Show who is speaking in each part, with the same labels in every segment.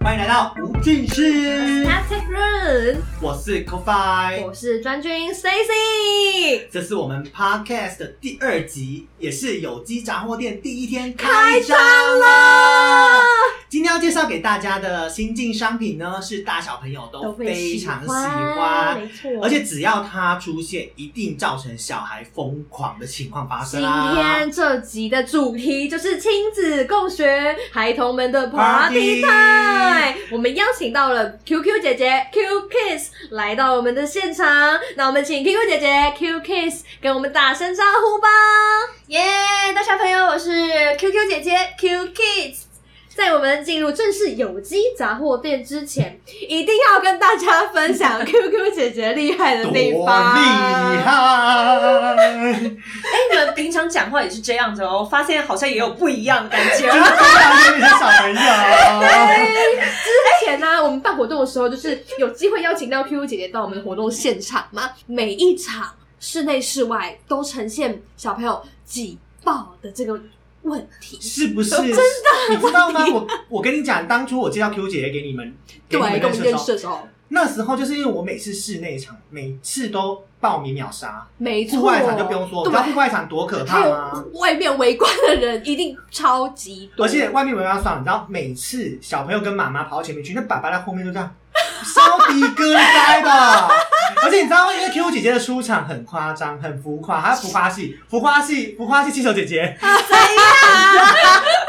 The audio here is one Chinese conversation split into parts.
Speaker 1: 欢迎来到无菌室，
Speaker 2: Static Room，
Speaker 1: 我是 CoFi，
Speaker 2: 我是专军 Stacy，
Speaker 1: 这是我们 Podcast 的第二集，也是有机杂货店第一天
Speaker 2: 开
Speaker 1: 张了。
Speaker 2: 张了，
Speaker 1: 今天要介绍给大家的新进商品呢，是大小朋友都非常喜欢，
Speaker 2: 没错，
Speaker 1: 而且只要它出现，一定造成小孩疯狂的情况发
Speaker 2: 今
Speaker 1: 生啊啦。
Speaker 2: 天这集的主题就是亲子共学，孩童们的
Speaker 1: Party
Speaker 2: Party Time。我们邀请到了 QQ 姐姐 Q Kiss 来到我们的现场，那我们请 QQ 姐姐 Q Kiss 跟我们打声招呼吧。
Speaker 3: 耶大小朋友，我是 QQ 姐姐 Q Kids。
Speaker 2: 在我们进入正式有机杂货店之前，一定要跟大家分享 QQ 姐姐厉害的
Speaker 1: 多
Speaker 2: 地
Speaker 1: 厉
Speaker 2: 方。
Speaker 1: 害！
Speaker 3: 哎、你们平常讲话也是这样子哦，我发现好像也有不一样的感觉
Speaker 1: 就。是这样跟你的小朋友，
Speaker 2: 之前呢、我们办活动的时候，就是有机会邀请到 QQ 姐姐到我们的活动现场嘛，每一场室内室外都呈现小朋友挤爆的这个问题。
Speaker 1: 是不是？
Speaker 2: 哦
Speaker 1: 真的，你知道吗？我我跟你讲，当初我介绍 Q 姐姐给你们，给
Speaker 2: 对，
Speaker 1: 你们认
Speaker 2: 跟我
Speaker 1: 识
Speaker 2: 们
Speaker 1: 的
Speaker 2: 认
Speaker 1: 时
Speaker 2: 识
Speaker 1: 候，
Speaker 2: 的时候，
Speaker 1: 那时候就是因为我每次室内场，每次都报名秒杀，
Speaker 2: 没错，
Speaker 1: 户外场就不用说，你知道户
Speaker 2: 对，
Speaker 1: 外场多可
Speaker 2: 还
Speaker 1: 怕吗？
Speaker 2: 有外面围观的人一定超级多，
Speaker 1: 而且外面没办法算，你知道每次小朋友跟妈妈跑到前面去，那爸爸在后面就这 样烧鼻哥塞的。而且你知道，因为 Q 姐姐的出场很夸张、很浮夸，还有浮夸戏、浮夸戏、浮夸戏，气球姐姐，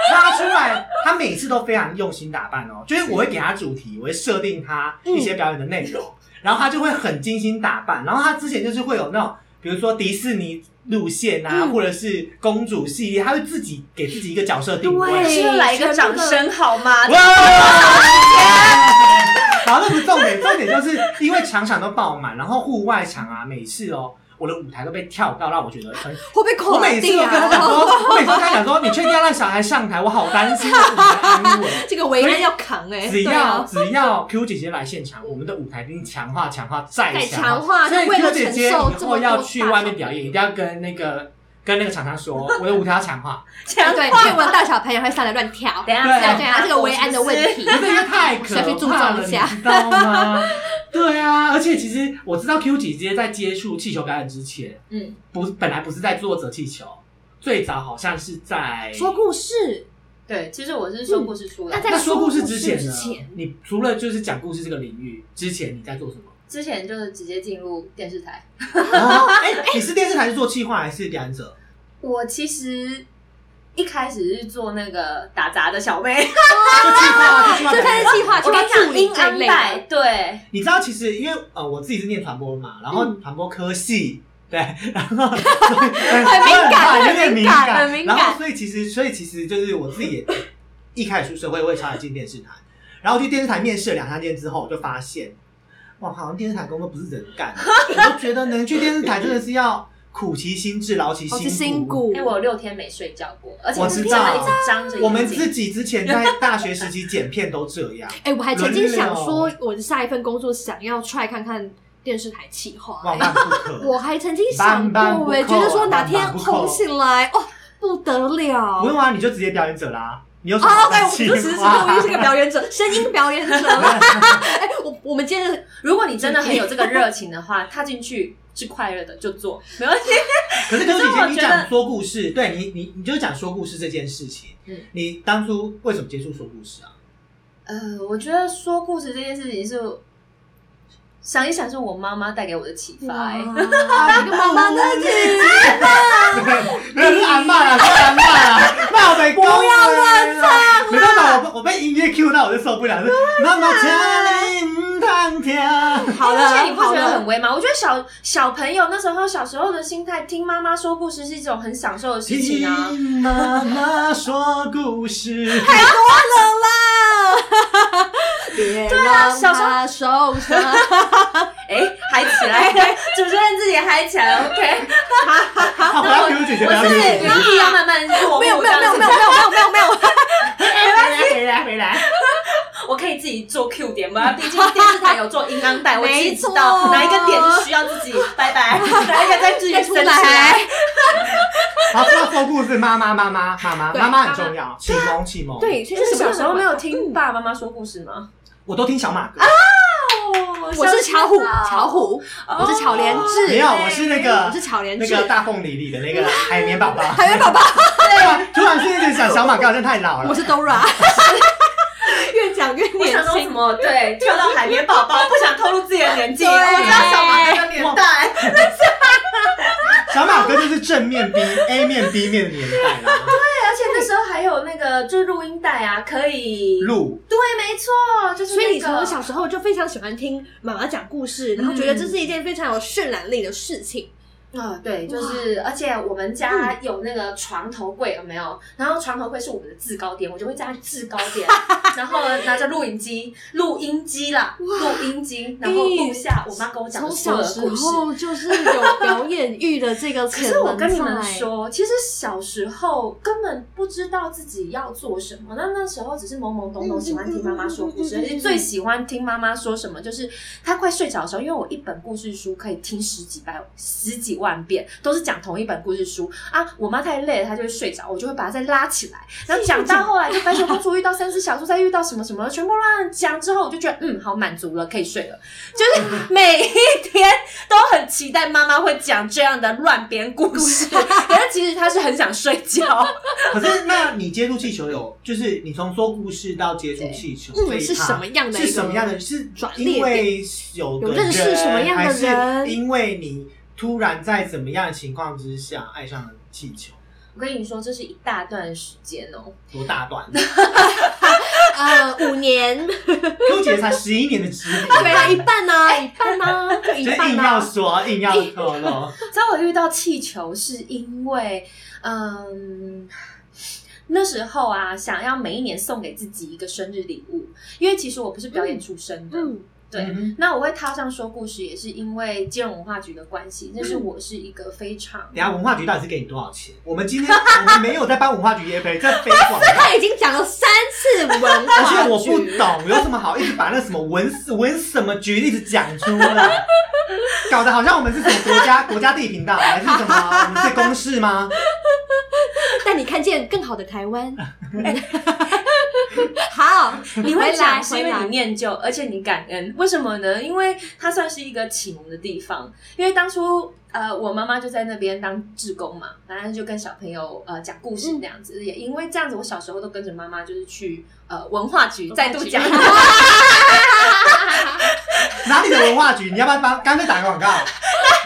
Speaker 1: 她出来，她每次都非常用心打扮哦。就是我会给她主题，我会设定她一些表演的内容，然后她就会很精心打扮。然后她之前就是会有那种，比如说迪士尼路线啊，
Speaker 2: 嗯
Speaker 1: 或者是公主系列，她会自己给自己一个角色定位。
Speaker 2: 对
Speaker 3: 是不是来一个掌声好吗？
Speaker 1: 哇！然后那不是重点，重点就是因为场场都爆满，然后户外场啊，每次哦，我的舞台都被跳到，让我觉得很。
Speaker 2: 会被
Speaker 1: 我
Speaker 2: 恐
Speaker 1: 每次
Speaker 2: 定
Speaker 1: 都跟他讲
Speaker 2: 啊，
Speaker 1: 说，我每次跟他讲说，你确定要让小孩上台？我好担心我的舞台安稳。
Speaker 2: 这个围栏要扛 哎、
Speaker 1: 只
Speaker 2: 对
Speaker 1: 要、
Speaker 2: 啊。
Speaker 1: 只要 Q 姐姐来现场，我们的舞台一定强化、强化再
Speaker 2: 再
Speaker 1: 强
Speaker 2: 强化
Speaker 1: 所以
Speaker 2: 就为
Speaker 1: Q
Speaker 2: 了
Speaker 1: 姐姐以
Speaker 2: 承受这么
Speaker 1: 后
Speaker 2: 多
Speaker 1: 要去外面
Speaker 2: 大
Speaker 1: 表演，一定要跟那个跟那个厂商说，我的舞台要强化。
Speaker 3: 强
Speaker 2: 对，
Speaker 3: 化
Speaker 2: 因为我们大小朋友会上来乱跳，
Speaker 3: 等一下
Speaker 1: 对啊
Speaker 2: 对啊对啊，这个维安的问。 题，啊
Speaker 1: 这个 太可
Speaker 2: 需要去注
Speaker 1: 怕了，
Speaker 2: 重
Speaker 1: 你
Speaker 2: 一下。
Speaker 1: 知道吗？ 对啊，而且其实我知道 Q 姐姐在接触气球表演之前，
Speaker 3: 嗯，
Speaker 1: 不本来不是在做折气球，最早好像是在
Speaker 2: 说故事，
Speaker 3: 对，其实我是
Speaker 2: 说
Speaker 3: 说
Speaker 2: 故
Speaker 3: 故事出
Speaker 2: 来
Speaker 3: 来，
Speaker 2: 那在
Speaker 1: 那说故事之前呢
Speaker 2: 说故事之前？
Speaker 1: 你除了就是讲故事这个领域之前，你在做什么？
Speaker 3: 之前就是直接进入电视台。
Speaker 1: 哦哎、你是电视台是做企划还是表演者？
Speaker 3: 我其实一开始是做那个打杂的小妹，
Speaker 1: 就企划，就企划表
Speaker 2: 哦就开
Speaker 1: 演
Speaker 2: 始计
Speaker 1: 者。
Speaker 2: 划，计
Speaker 3: 我跟
Speaker 2: 划
Speaker 3: 你
Speaker 2: 助
Speaker 3: 讲，
Speaker 2: 理
Speaker 3: 音
Speaker 2: 啊这
Speaker 3: 安
Speaker 2: 一类的
Speaker 3: 带，对，
Speaker 1: 你知道，其实因为呃，我自己是念传播嘛，然后传播科系。对，然后很敏
Speaker 2: 感
Speaker 1: 有点
Speaker 2: 很
Speaker 1: 敏
Speaker 2: 敏感很敏感
Speaker 1: 然后所以其实，所以其实就是我自己也一开始出社会，我也差点进电视台，然后去电视台面试了两三天之后，我就发现，哇，好像电视台工作不是人干的，我就觉得能去电视台真的是要苦其心志，劳其
Speaker 2: 哦，
Speaker 1: 辛
Speaker 2: 是新
Speaker 1: 苦。
Speaker 2: 骨
Speaker 3: 因为，我有六天没睡觉过，而且
Speaker 1: 我
Speaker 3: 是
Speaker 1: 知
Speaker 3: 真的
Speaker 1: 道
Speaker 3: 一直张着眼睛。
Speaker 1: 我们自己之前在大学时期剪片都这样，
Speaker 2: 哎，我还曾经想说
Speaker 1: 轮流，
Speaker 2: 我的下一份工作想要 try 看看电视台企划，哎
Speaker 1: 万万不可。
Speaker 2: 我还曾经想
Speaker 1: 万万不
Speaker 2: 过，
Speaker 1: 可
Speaker 2: 哎，觉得说哪天
Speaker 1: 万万不可
Speaker 2: 红起来，哦，不得
Speaker 1: 不
Speaker 2: 了。
Speaker 1: 用啊，你就直接表演者啦。你有什么
Speaker 2: 啊
Speaker 1: 好
Speaker 2: ，OK，
Speaker 1: 担
Speaker 2: 我
Speaker 1: 心
Speaker 2: 就
Speaker 1: 的
Speaker 2: 时时
Speaker 1: 话
Speaker 2: 刻意是个表演者， 声音表 演者。哎，我我们今天的
Speaker 3: 如果你真的很有这个热情的话，踏进去是快乐的，就做，没问题。
Speaker 1: 可是可是你
Speaker 3: 可是我
Speaker 1: 先你
Speaker 3: 觉得
Speaker 1: 讲说故事，对你你你就讲说故事这件事情。
Speaker 3: 嗯
Speaker 1: 你当初为什么接触说故事啊？
Speaker 3: 呃，我觉得说故事这件事情是，想一想是我妈妈带给我的启发、
Speaker 2: 哇，
Speaker 3: 欸。
Speaker 2: 这个妈妈的
Speaker 1: 没有是阿妈啦，是阿妈啦，那我没不要乱唱没办法，我被我被音乐 Q 到，我就受不了。妈妈家里糖条，
Speaker 2: 好
Speaker 3: 而哎且你
Speaker 2: 了，
Speaker 3: 不
Speaker 2: 好
Speaker 3: 觉得很
Speaker 2: 了，
Speaker 3: 微吗？我觉得小小朋友那时候小时候的心态，听妈妈说故事是一种很享受的事情啊。
Speaker 1: 听妈妈说故事。
Speaker 2: 啊 别让
Speaker 3: 啊小时候
Speaker 2: 她受 伤。
Speaker 3: 哎、嗨 起来，主持人自己嗨起来，OK。
Speaker 1: 好，我要 Q 姐姐，
Speaker 3: 我
Speaker 1: 不要 Q
Speaker 3: 是
Speaker 1: 姐姐。
Speaker 3: 语义要慢慢落幕
Speaker 2: 没有没有没有
Speaker 3: 这样子
Speaker 2: 没有没有没有没有没有，
Speaker 1: 回来回来回来。
Speaker 3: 我可以自己做 Q 点吧，毕竟电视台有做音昂带，我自己知
Speaker 2: 没错
Speaker 3: 道哪一个点需要自己拜拜，哪一个再自己
Speaker 2: 再
Speaker 3: 升
Speaker 2: 出
Speaker 3: 起来
Speaker 2: 来。
Speaker 1: 说故事，妈妈妈妈妈妈
Speaker 2: 对
Speaker 1: 妈妈很重要，启蒙启蒙。
Speaker 2: 对，
Speaker 3: 其
Speaker 2: 其
Speaker 3: 实
Speaker 2: 实
Speaker 3: 小时候没有
Speaker 2: 听，
Speaker 3: 听爸爸妈妈说故事吗？
Speaker 1: 我都听小马哥，
Speaker 3: 哦
Speaker 2: 我是巧虎，巧，虎，我是巧莲智，
Speaker 1: 没有，我是那个
Speaker 2: 我是巧莲
Speaker 1: 那
Speaker 2: 智，
Speaker 1: 个大凤梨里的 那个海绵宝宝。
Speaker 2: 海绵宝宝，
Speaker 1: 对啊，突然是那个小小马哥，好像太老
Speaker 2: 我
Speaker 1: 了。
Speaker 2: 是 Dora，越讲越
Speaker 3: 我
Speaker 2: 年
Speaker 3: 想说什
Speaker 2: 轻。
Speaker 3: 么？ 对，跳到海绵宝宝，不想透露自己的年纪。
Speaker 2: 对
Speaker 3: 我知
Speaker 2: 啊
Speaker 3: 道小马哥的年代，
Speaker 1: 小马哥就是正面 B A 面 B 面的年代啦，
Speaker 3: 而且那时候还有那个就是录音带啊，可以。
Speaker 1: 路
Speaker 3: 对，没错，就是、那
Speaker 2: 所
Speaker 3: 个。
Speaker 2: 以你从我小时候就非常喜欢听妈妈讲故事，然后觉得
Speaker 3: 嗯
Speaker 2: 这是一件非常有渲染力的事情。
Speaker 3: 啊、对，就是，而且我们家
Speaker 2: 嗯
Speaker 3: 有那个床头柜，有没有？然后床头柜是我们的制高点，我就会在制高 点，然后呢拿着录影机、录音机啦，录音机，然后录下我妈跟我讲的
Speaker 2: 从
Speaker 3: 所
Speaker 2: 小
Speaker 3: 有的
Speaker 2: 时
Speaker 3: 故事。
Speaker 2: 候就是 有表演欲的这个
Speaker 3: 可
Speaker 2: 潜能
Speaker 3: 是我跟你们
Speaker 2: 在，
Speaker 3: 说，其实小时候根本不知道自己要做什么，那那时候只是懵懵懂懂，喜欢听妈妈说故
Speaker 2: 嗯
Speaker 3: 事，
Speaker 2: 嗯嗯嗯嗯嗯
Speaker 3: 而且最喜欢听妈妈说什么，就是她快睡着的时候，因为我一本故事书可以听十几百、十几万遍，都是讲同一本故事书啊。我妈太累了，她就会睡着，我就会把她再拉起来，然后讲到后来就白雪公主遇到三只小猪，再遇到什么什么，全部乱讲之后，我就觉得嗯，好满足了，可以睡了。就是 每一天都很期待妈妈会讲这样的乱编故事，可是其实她是很想睡觉。
Speaker 1: 可是，那你接触气球有，就是你从说故事到接触气球，这
Speaker 2: 嗯，
Speaker 1: 一
Speaker 2: 是
Speaker 1: 趴
Speaker 2: 什么样的一个？
Speaker 1: 是什么样的？是
Speaker 2: 转捩点
Speaker 1: 因为有个
Speaker 2: 有认识什么样的人
Speaker 1: 还是因为你突然在怎么样的情况之下爱上了气球？
Speaker 3: 我跟你说，这是一大段时间哦、
Speaker 1: 多大段？
Speaker 2: 呃，五 年，
Speaker 1: 跟我姐才十一年的职龄，
Speaker 2: 对啊，一半呢、一半呢、就一
Speaker 1: 就
Speaker 2: 半啊
Speaker 1: 硬
Speaker 2: 呢、
Speaker 1: 要说，硬要透露。
Speaker 3: 知道我遇到气球是因为，嗯，那时候啊，想要每一年送给自己一个生日礼物，因为其实我不是表演出身的，
Speaker 2: 嗯，
Speaker 3: 对。
Speaker 1: 嗯
Speaker 3: 那我会踏上说故事，也是因为金融文化局的关系。但是我是一个非常
Speaker 1: 嗯等一下文化局到底是给你多少钱？我们今天我们没有在帮文化局业配，在非 广告。
Speaker 2: 他已经讲了三次文
Speaker 1: 而且
Speaker 2: 化
Speaker 1: 我不
Speaker 2: 局，
Speaker 1: 懂，有什么好一直把那什么文 文什么局一直讲出来，搞得好像我们是什么国家 国家地理频道，还是什么我们是公视吗？
Speaker 2: 带你看见更好的台湾。好，
Speaker 3: 你会
Speaker 2: 回来
Speaker 3: 讲是因为你念旧，而且你感恩，为什么呢？因为它算是一个启蒙的地方。因为当初呃，我妈妈就在那边当志工嘛，然后就跟小朋友呃讲故
Speaker 2: 嗯
Speaker 3: 事那样子。也因为这样子，我小时候都跟着妈妈就是去呃文化局再度 讲。
Speaker 1: 哪里的文化局？你要不要帮干脆打个广告？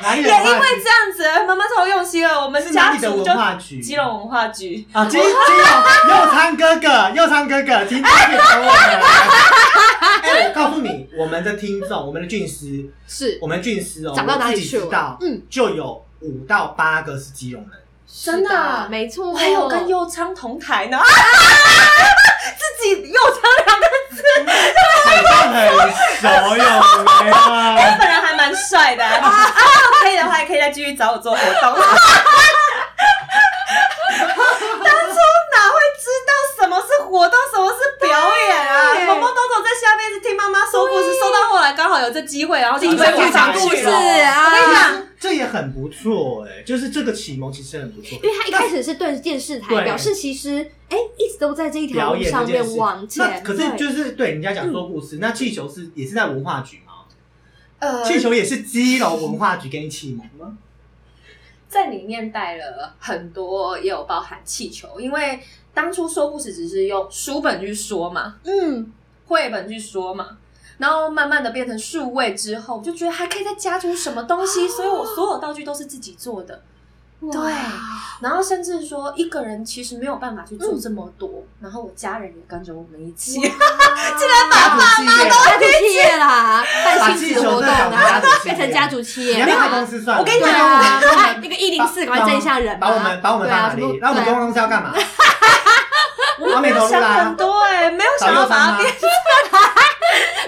Speaker 1: 哪里的
Speaker 3: 也
Speaker 1: 文
Speaker 3: 因
Speaker 1: 化
Speaker 3: 为
Speaker 1: 局？
Speaker 3: 这样子，妈妈超用心了。我们
Speaker 1: 是哪
Speaker 3: 家
Speaker 1: 里的
Speaker 3: 族
Speaker 1: 文化局
Speaker 3: 就基隆文化局。
Speaker 2: 哦
Speaker 1: 啊，金金友右昌哥哥，右昌哥哥，听众可以找我们。哎，我告诉你，我们的听众，我们的俊师，
Speaker 2: 是
Speaker 1: 我们俊师哦，
Speaker 2: 长到哪
Speaker 1: 我
Speaker 2: 里
Speaker 1: 自己
Speaker 2: 去
Speaker 1: 知道
Speaker 2: 了？，嗯，
Speaker 1: 就有五到八个是基隆人。
Speaker 3: 真的啊
Speaker 2: 是没错。
Speaker 3: 我还有跟右昌同 台呢，啊、 自己右昌两个
Speaker 1: 好像很熟有没有？
Speaker 3: 本人还蛮帅的、啊啊，可以的话还可以再继续找我做活动。当初哪会知道什么是活动，什么是表演啊？
Speaker 2: 对
Speaker 3: 懵懵懂懂在下面一直听妈妈说故事，说到后来刚好有这机会，然后就
Speaker 2: 你
Speaker 3: 一直
Speaker 2: 们
Speaker 1: 不
Speaker 2: 不
Speaker 3: 往
Speaker 2: 讲
Speaker 3: 上
Speaker 2: 故
Speaker 3: 去
Speaker 2: 事
Speaker 3: 了。
Speaker 2: 啊！
Speaker 3: 我跟你讲，
Speaker 1: 这也很不错哎、就是这个启蒙其实很不错。
Speaker 2: 因为他一开始是对电视台，
Speaker 1: 对
Speaker 2: 表示其实哎一直都在这一条
Speaker 1: 表
Speaker 2: 路
Speaker 1: 演
Speaker 2: 上
Speaker 1: 这件
Speaker 2: 面
Speaker 1: 事，
Speaker 2: 往
Speaker 1: 那
Speaker 2: 前。
Speaker 1: 可是
Speaker 2: 对嗯
Speaker 1: 就是对人家讲说故事，那气球是也是在文化局吗？
Speaker 3: 呃
Speaker 1: 气球也是基隆文化局给你启蒙吗？
Speaker 3: 在里面带了很多，也有包含气球，因为当初说故事只是用书本去说嘛，
Speaker 2: 嗯，
Speaker 3: 绘本去说嘛，然后慢慢的变成数位之后，就觉得还可以再加出什么东西，所以我所有道具都是自己做的。
Speaker 2: 哇
Speaker 3: 然后甚至说一个人其实没有办法去做这么多，然后我家人也跟着我们一起。
Speaker 2: 竟然
Speaker 1: 家族企业，
Speaker 2: 家族企业啦，办亲子活动
Speaker 1: 把
Speaker 2: 啊
Speaker 1: 气球，
Speaker 2: 变成家族企
Speaker 1: 你
Speaker 2: 业
Speaker 1: 要不。要开公司算了？
Speaker 3: 我跟你
Speaker 2: 对
Speaker 3: 讲
Speaker 2: 啊，
Speaker 1: 对啊
Speaker 2: 哎那个一零四，赶快震一下人吧
Speaker 1: 把我们把我们
Speaker 2: 对
Speaker 1: 放
Speaker 2: 啊
Speaker 1: 哪
Speaker 2: 什么
Speaker 1: 里？那我们
Speaker 2: 对
Speaker 1: 公
Speaker 2: 啊
Speaker 1: 关公司要干 嘛？
Speaker 3: 我没有想很多哎、没有
Speaker 1: 找
Speaker 2: 啊
Speaker 3: 想
Speaker 1: 右
Speaker 3: 要
Speaker 1: 方
Speaker 3: 把它
Speaker 1: 吗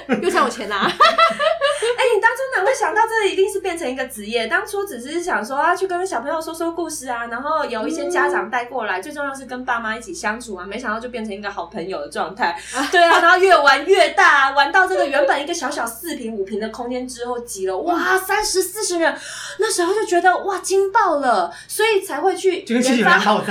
Speaker 3: 变。？
Speaker 2: 又欠我钱啦！啊
Speaker 3: 哎、你当初哪会想到这一定是变成一个职业。当初只是想说啊，去跟小朋友说说故事啊，然后有一些家长带过来，最重要是跟爸妈一起相处啊。没想到就变成一个好朋友的状态，对啊，然后越玩越大、啊，玩到这个原本一个小小四平五平的空间之后，挤了哇三十四十人，那时候就觉得哇惊爆了，所以才会去
Speaker 1: 这个事
Speaker 3: 研
Speaker 1: 情
Speaker 3: 发
Speaker 1: 蛮好啊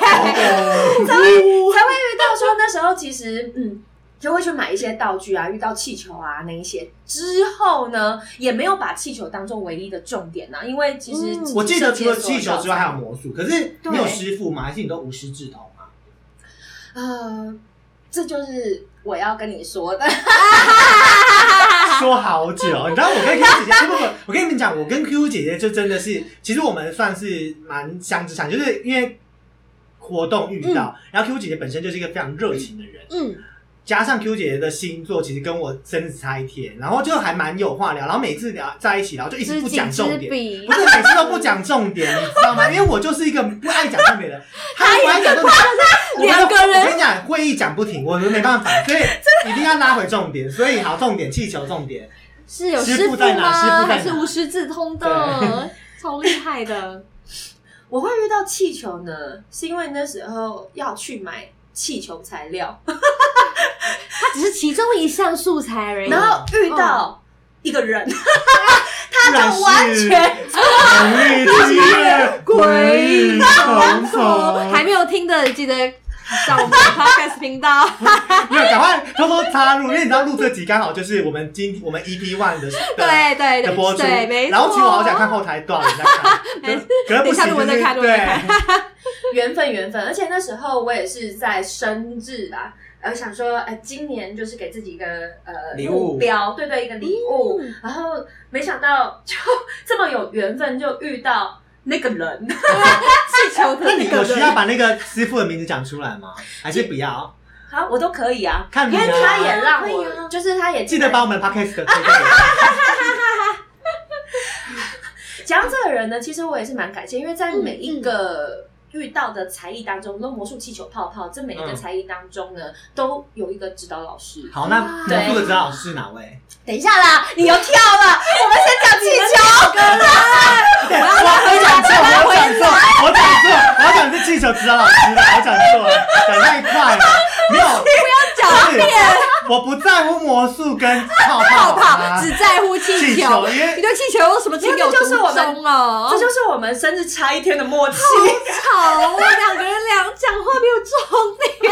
Speaker 1: 大 的，哦
Speaker 3: 才会才会遇到说那时候其实嗯。就会去买一些道具啊，遇到气球啊那一些之后呢，也没有把气球当做唯一的重点啊，因为其实、
Speaker 2: 嗯
Speaker 1: 我记得除了气球之外还有魔术，可是
Speaker 3: 对
Speaker 1: 没有师傅嘛，还是你都无师自通嘛？
Speaker 3: 呃，这就是我要跟你说的，
Speaker 1: 说好久，你知道我跟 Q 姐姐，不不不， 我跟你们讲，我跟 Q 姐姐就真的是，其实我们算是蛮相知相，就是因为活动遇到，然后 Q 姐姐本身就是一个非常热情的人，
Speaker 2: 嗯，
Speaker 1: 加上 Q 姐姐的星座其实跟我生日差一天，然后就还蛮有话聊，然后每次聊在一起，然 后就一直
Speaker 2: 知
Speaker 1: 不
Speaker 2: 己
Speaker 1: 讲
Speaker 2: 嗯知
Speaker 1: 重点。
Speaker 2: 彼
Speaker 1: 不，是每次都不讲重点，你知道吗？因为我就是一个不爱讲重点的人，他不爱讲重点。我跟
Speaker 2: 两个人
Speaker 1: 我跟你讲，会议讲不停，我们没办法，所以一定要拉回重点。所以好，重点气球重点，
Speaker 2: 是有
Speaker 1: 师
Speaker 2: 师
Speaker 1: 傅
Speaker 2: 傅
Speaker 1: 在哪师
Speaker 2: 吗？
Speaker 1: 傅在
Speaker 2: 还是
Speaker 1: 哪
Speaker 2: 无师自通的， 超厉害的。
Speaker 3: 我会遇到气球呢，是因为那时候要去买气球材料，
Speaker 2: 它只是其中一项素材而已。
Speaker 3: 然后遇到一个人，
Speaker 1: 他
Speaker 3: 就完全
Speaker 1: 红日之夜，鬼影重重。
Speaker 2: 还没有听的，记得上我们的 podcast 频道。
Speaker 1: 没有，赶快偷偷插入，因为你知道录这集刚好就是我们今我们 EP one 的的
Speaker 2: 对
Speaker 1: 的
Speaker 2: 对对，
Speaker 1: 啊播出，
Speaker 2: 对，没错。
Speaker 1: 然后其实我好 想看后台多少人在看，
Speaker 2: 没事
Speaker 1: 可是不行，
Speaker 2: 等一下我再看
Speaker 1: 就
Speaker 2: 我
Speaker 1: 是
Speaker 2: 再
Speaker 1: 对
Speaker 2: 看。
Speaker 3: 缘分，缘分。而且那时候我也是在生日啊，呃，想说，呃，今年就是给自己一个呃
Speaker 1: 礼物
Speaker 3: 目标，对对，一个礼物。
Speaker 2: 嗯
Speaker 3: 然后没想到就 这么有缘分，就遇到那个 人。
Speaker 2: 气球的
Speaker 1: 那 你
Speaker 2: 个
Speaker 1: 有需要
Speaker 2: 人，
Speaker 1: 把那个师傅的名字讲出来吗？还是不要？
Speaker 3: 好，我都可以啊，
Speaker 1: 看你
Speaker 3: 因
Speaker 1: 啊
Speaker 3: 为他也让我，
Speaker 2: 可以啊
Speaker 3: 就是他也
Speaker 1: 记得把我们 podcast 的推荐给他
Speaker 3: 讲到这个人呢，其实我也是蛮感谢，因为在每
Speaker 2: 嗯
Speaker 3: 一个遇到的才艺当中，那、魔术、气球、泡泡，这每一个
Speaker 1: 嗯
Speaker 3: 才艺当中呢，都有一个指导老师。
Speaker 1: 好，那
Speaker 2: 哇
Speaker 1: 魔术的指导老师是哪位？
Speaker 3: 等一下啦，你又跳了，我们先讲气球。
Speaker 1: 我我讲错，我讲错，我讲错，我讲是气球指导老师了，我讲错了，讲太快了，没有，
Speaker 2: 狡
Speaker 1: 不要辩，我不在乎魔术跟泡
Speaker 2: 泡
Speaker 1: 泡
Speaker 2: 泡
Speaker 1: 啊，
Speaker 2: 只在乎气
Speaker 1: 气
Speaker 2: 球
Speaker 1: 球，。因
Speaker 2: 你
Speaker 1: 为
Speaker 2: 对气球有什么情有独
Speaker 3: 这就是我们
Speaker 2: 钟哦？
Speaker 3: 这就是我们生日差一天的默契。
Speaker 2: 吵啊，两个人两讲话没有重点。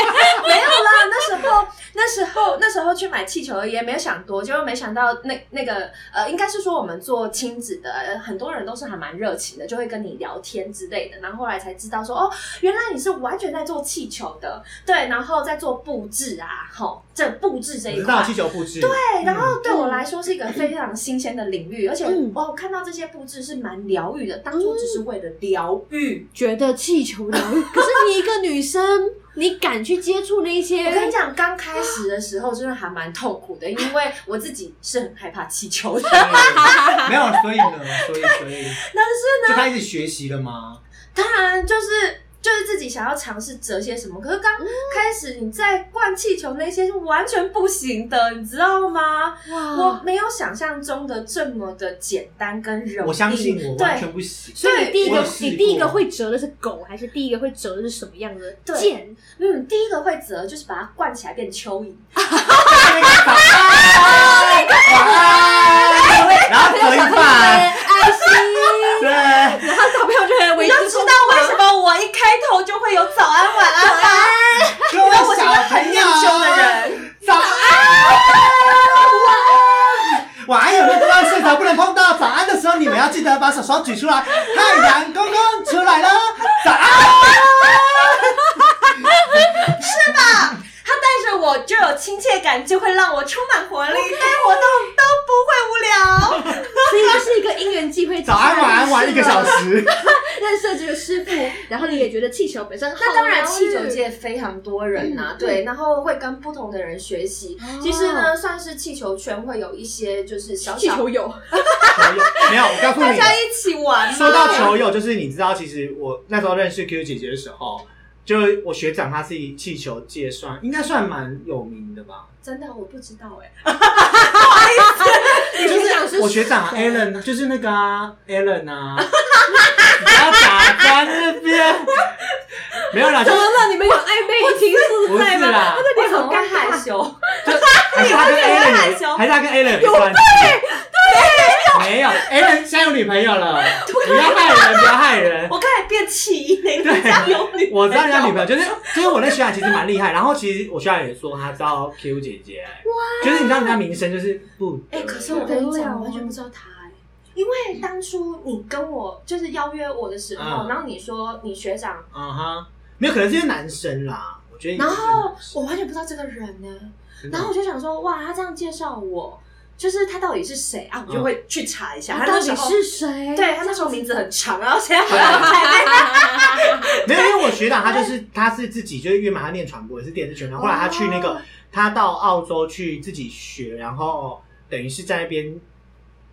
Speaker 3: 没有啦，那时候那时候那时候去买气球也没有想多，结果没想到那那个呃，应该是说我们做亲子的，呃很多人都是还蛮热情的，就会跟你聊天之类的。然后后来才知道说，哦，原来你是完全在做气球的，对，然后在做布置啊，吼，这布置这
Speaker 1: 我
Speaker 3: 一
Speaker 1: 知
Speaker 3: 块
Speaker 1: 道。气球布置，对，
Speaker 3: 对，哎然
Speaker 1: 嗯
Speaker 3: 后对我来说是一个非常新鲜的领域，而且
Speaker 2: 嗯
Speaker 3: 我看到这些布置是蛮疗愈的，当初只是
Speaker 1: 嗯
Speaker 3: 为了疗愈。
Speaker 2: 觉得气球疗愈， 可是你一个女生，你敢去接触那些？
Speaker 3: 我跟你讲，刚开始的时候真的还蛮痛苦的，因为我自己是很害怕气球的。
Speaker 1: 没有，所以呢，所以所以
Speaker 3: 但
Speaker 1: 就
Speaker 3: 是
Speaker 1: 开始学习了吗？
Speaker 3: 当然就是就是自己想要尝试折些什么，可是刚
Speaker 1: 嗯
Speaker 3: 开始你在灌气球那些是完全不行的，你知道吗？我
Speaker 1: 嗯
Speaker 2: 哇，
Speaker 3: 没有想象中的这么的简单跟容易。
Speaker 1: 我相信我完
Speaker 3: 对
Speaker 1: 全不行，
Speaker 2: 所以你第一
Speaker 1: 我
Speaker 2: 个
Speaker 1: 有试过
Speaker 2: 你第一个会折的是狗，还是第一个会折的是什么样的
Speaker 3: 对
Speaker 2: 剑？
Speaker 3: 嗯，第一个会折就是把它灌起来变蚯 蚓，
Speaker 1: 然后折一半，
Speaker 2: 爱心，
Speaker 1: 对，
Speaker 2: 然后小朋友就很为
Speaker 3: 你
Speaker 2: 之
Speaker 3: 就知道为什么我一开头就会有早安晚安吧。
Speaker 1: 各位
Speaker 3: 我是个
Speaker 1: 小
Speaker 3: 很
Speaker 1: 朋
Speaker 3: 念
Speaker 1: 友，
Speaker 3: 旧的人，
Speaker 1: 早安，晚安，晚安，有没有不知道睡着不能碰到？早安的时候你们要记得把手手举出来，太阳公公出来了，早安，
Speaker 3: 他带着我就有亲切感，就会让我充满活力，对活动都不会无聊。
Speaker 2: 所以这是一个因缘际会。
Speaker 1: 早安晚安玩一个小，时，
Speaker 2: 认识了这个师傅，然后你也觉得气球本身好
Speaker 3: 那当然，
Speaker 2: 疗愈
Speaker 3: 气球界非常多人呐、
Speaker 2: 嗯
Speaker 3: 对，然后会跟不同的人学习。
Speaker 2: 哦
Speaker 3: 其实呢，算是气球圈会有一些就是小
Speaker 2: 气
Speaker 3: 小
Speaker 2: 球有，
Speaker 1: 没有，我告诉
Speaker 3: 大
Speaker 1: 你。
Speaker 3: 家一起玩嘛。
Speaker 1: 说到球友，就是你知道，其实我那时候认识 Q 姐姐的时候，就我学长他是气球界算应该算蛮有名的吧，
Speaker 3: 真的我不知道 哎、
Speaker 2: 你学长是
Speaker 1: 我学长啊 Alan 就是那个啊 Alan 啊， 你不要打断那边， 没 有啦，就是
Speaker 2: 怎么了？你们有暧昧情愫
Speaker 1: 不
Speaker 2: 在
Speaker 1: 是
Speaker 2: 吗？
Speaker 1: 啦，
Speaker 3: 啊我
Speaker 2: 你好
Speaker 3: 很
Speaker 2: 尴
Speaker 3: 害
Speaker 2: 尬。
Speaker 3: 羞。
Speaker 1: 还是他跟 Alan 有，还是他跟 Alan 有关系？对，没有，Alan 现在有女朋友了，不要害人，不要害人。
Speaker 3: 我开始变气音了，
Speaker 1: 对
Speaker 3: 人家有女，
Speaker 1: 我知道人家女朋友，就是就是我那学长其实蛮厉害，然后其实我学长也说他知道 Q 姐姐，就是你知道人家名声就是不得
Speaker 3: 哎、
Speaker 1: 了，
Speaker 3: 可是我跟你讲，我完全不知道他哎、因为当初你跟我就是邀约我的时候，
Speaker 1: 嗯
Speaker 3: 然后你说你学长，
Speaker 1: 啊哈，没有可能是因为男生啦，我觉得也是
Speaker 3: 然
Speaker 1: 男生，
Speaker 3: 后我完全不知道这个人呢、
Speaker 1: 真的
Speaker 3: 然后我就想说，哇，他这样介绍我，就是他到底是谁啊？我就会去查一下，他
Speaker 2: 到
Speaker 3: 那
Speaker 2: 底
Speaker 3: 时候。
Speaker 2: 是谁？
Speaker 3: 对他那时候名 字很长，然后现在好像才被
Speaker 1: 没有，因为我学长他就是他是自己就是原本他念传播也是电视圈，然后后来他去那个他到澳洲去自己学，然后等于是在那边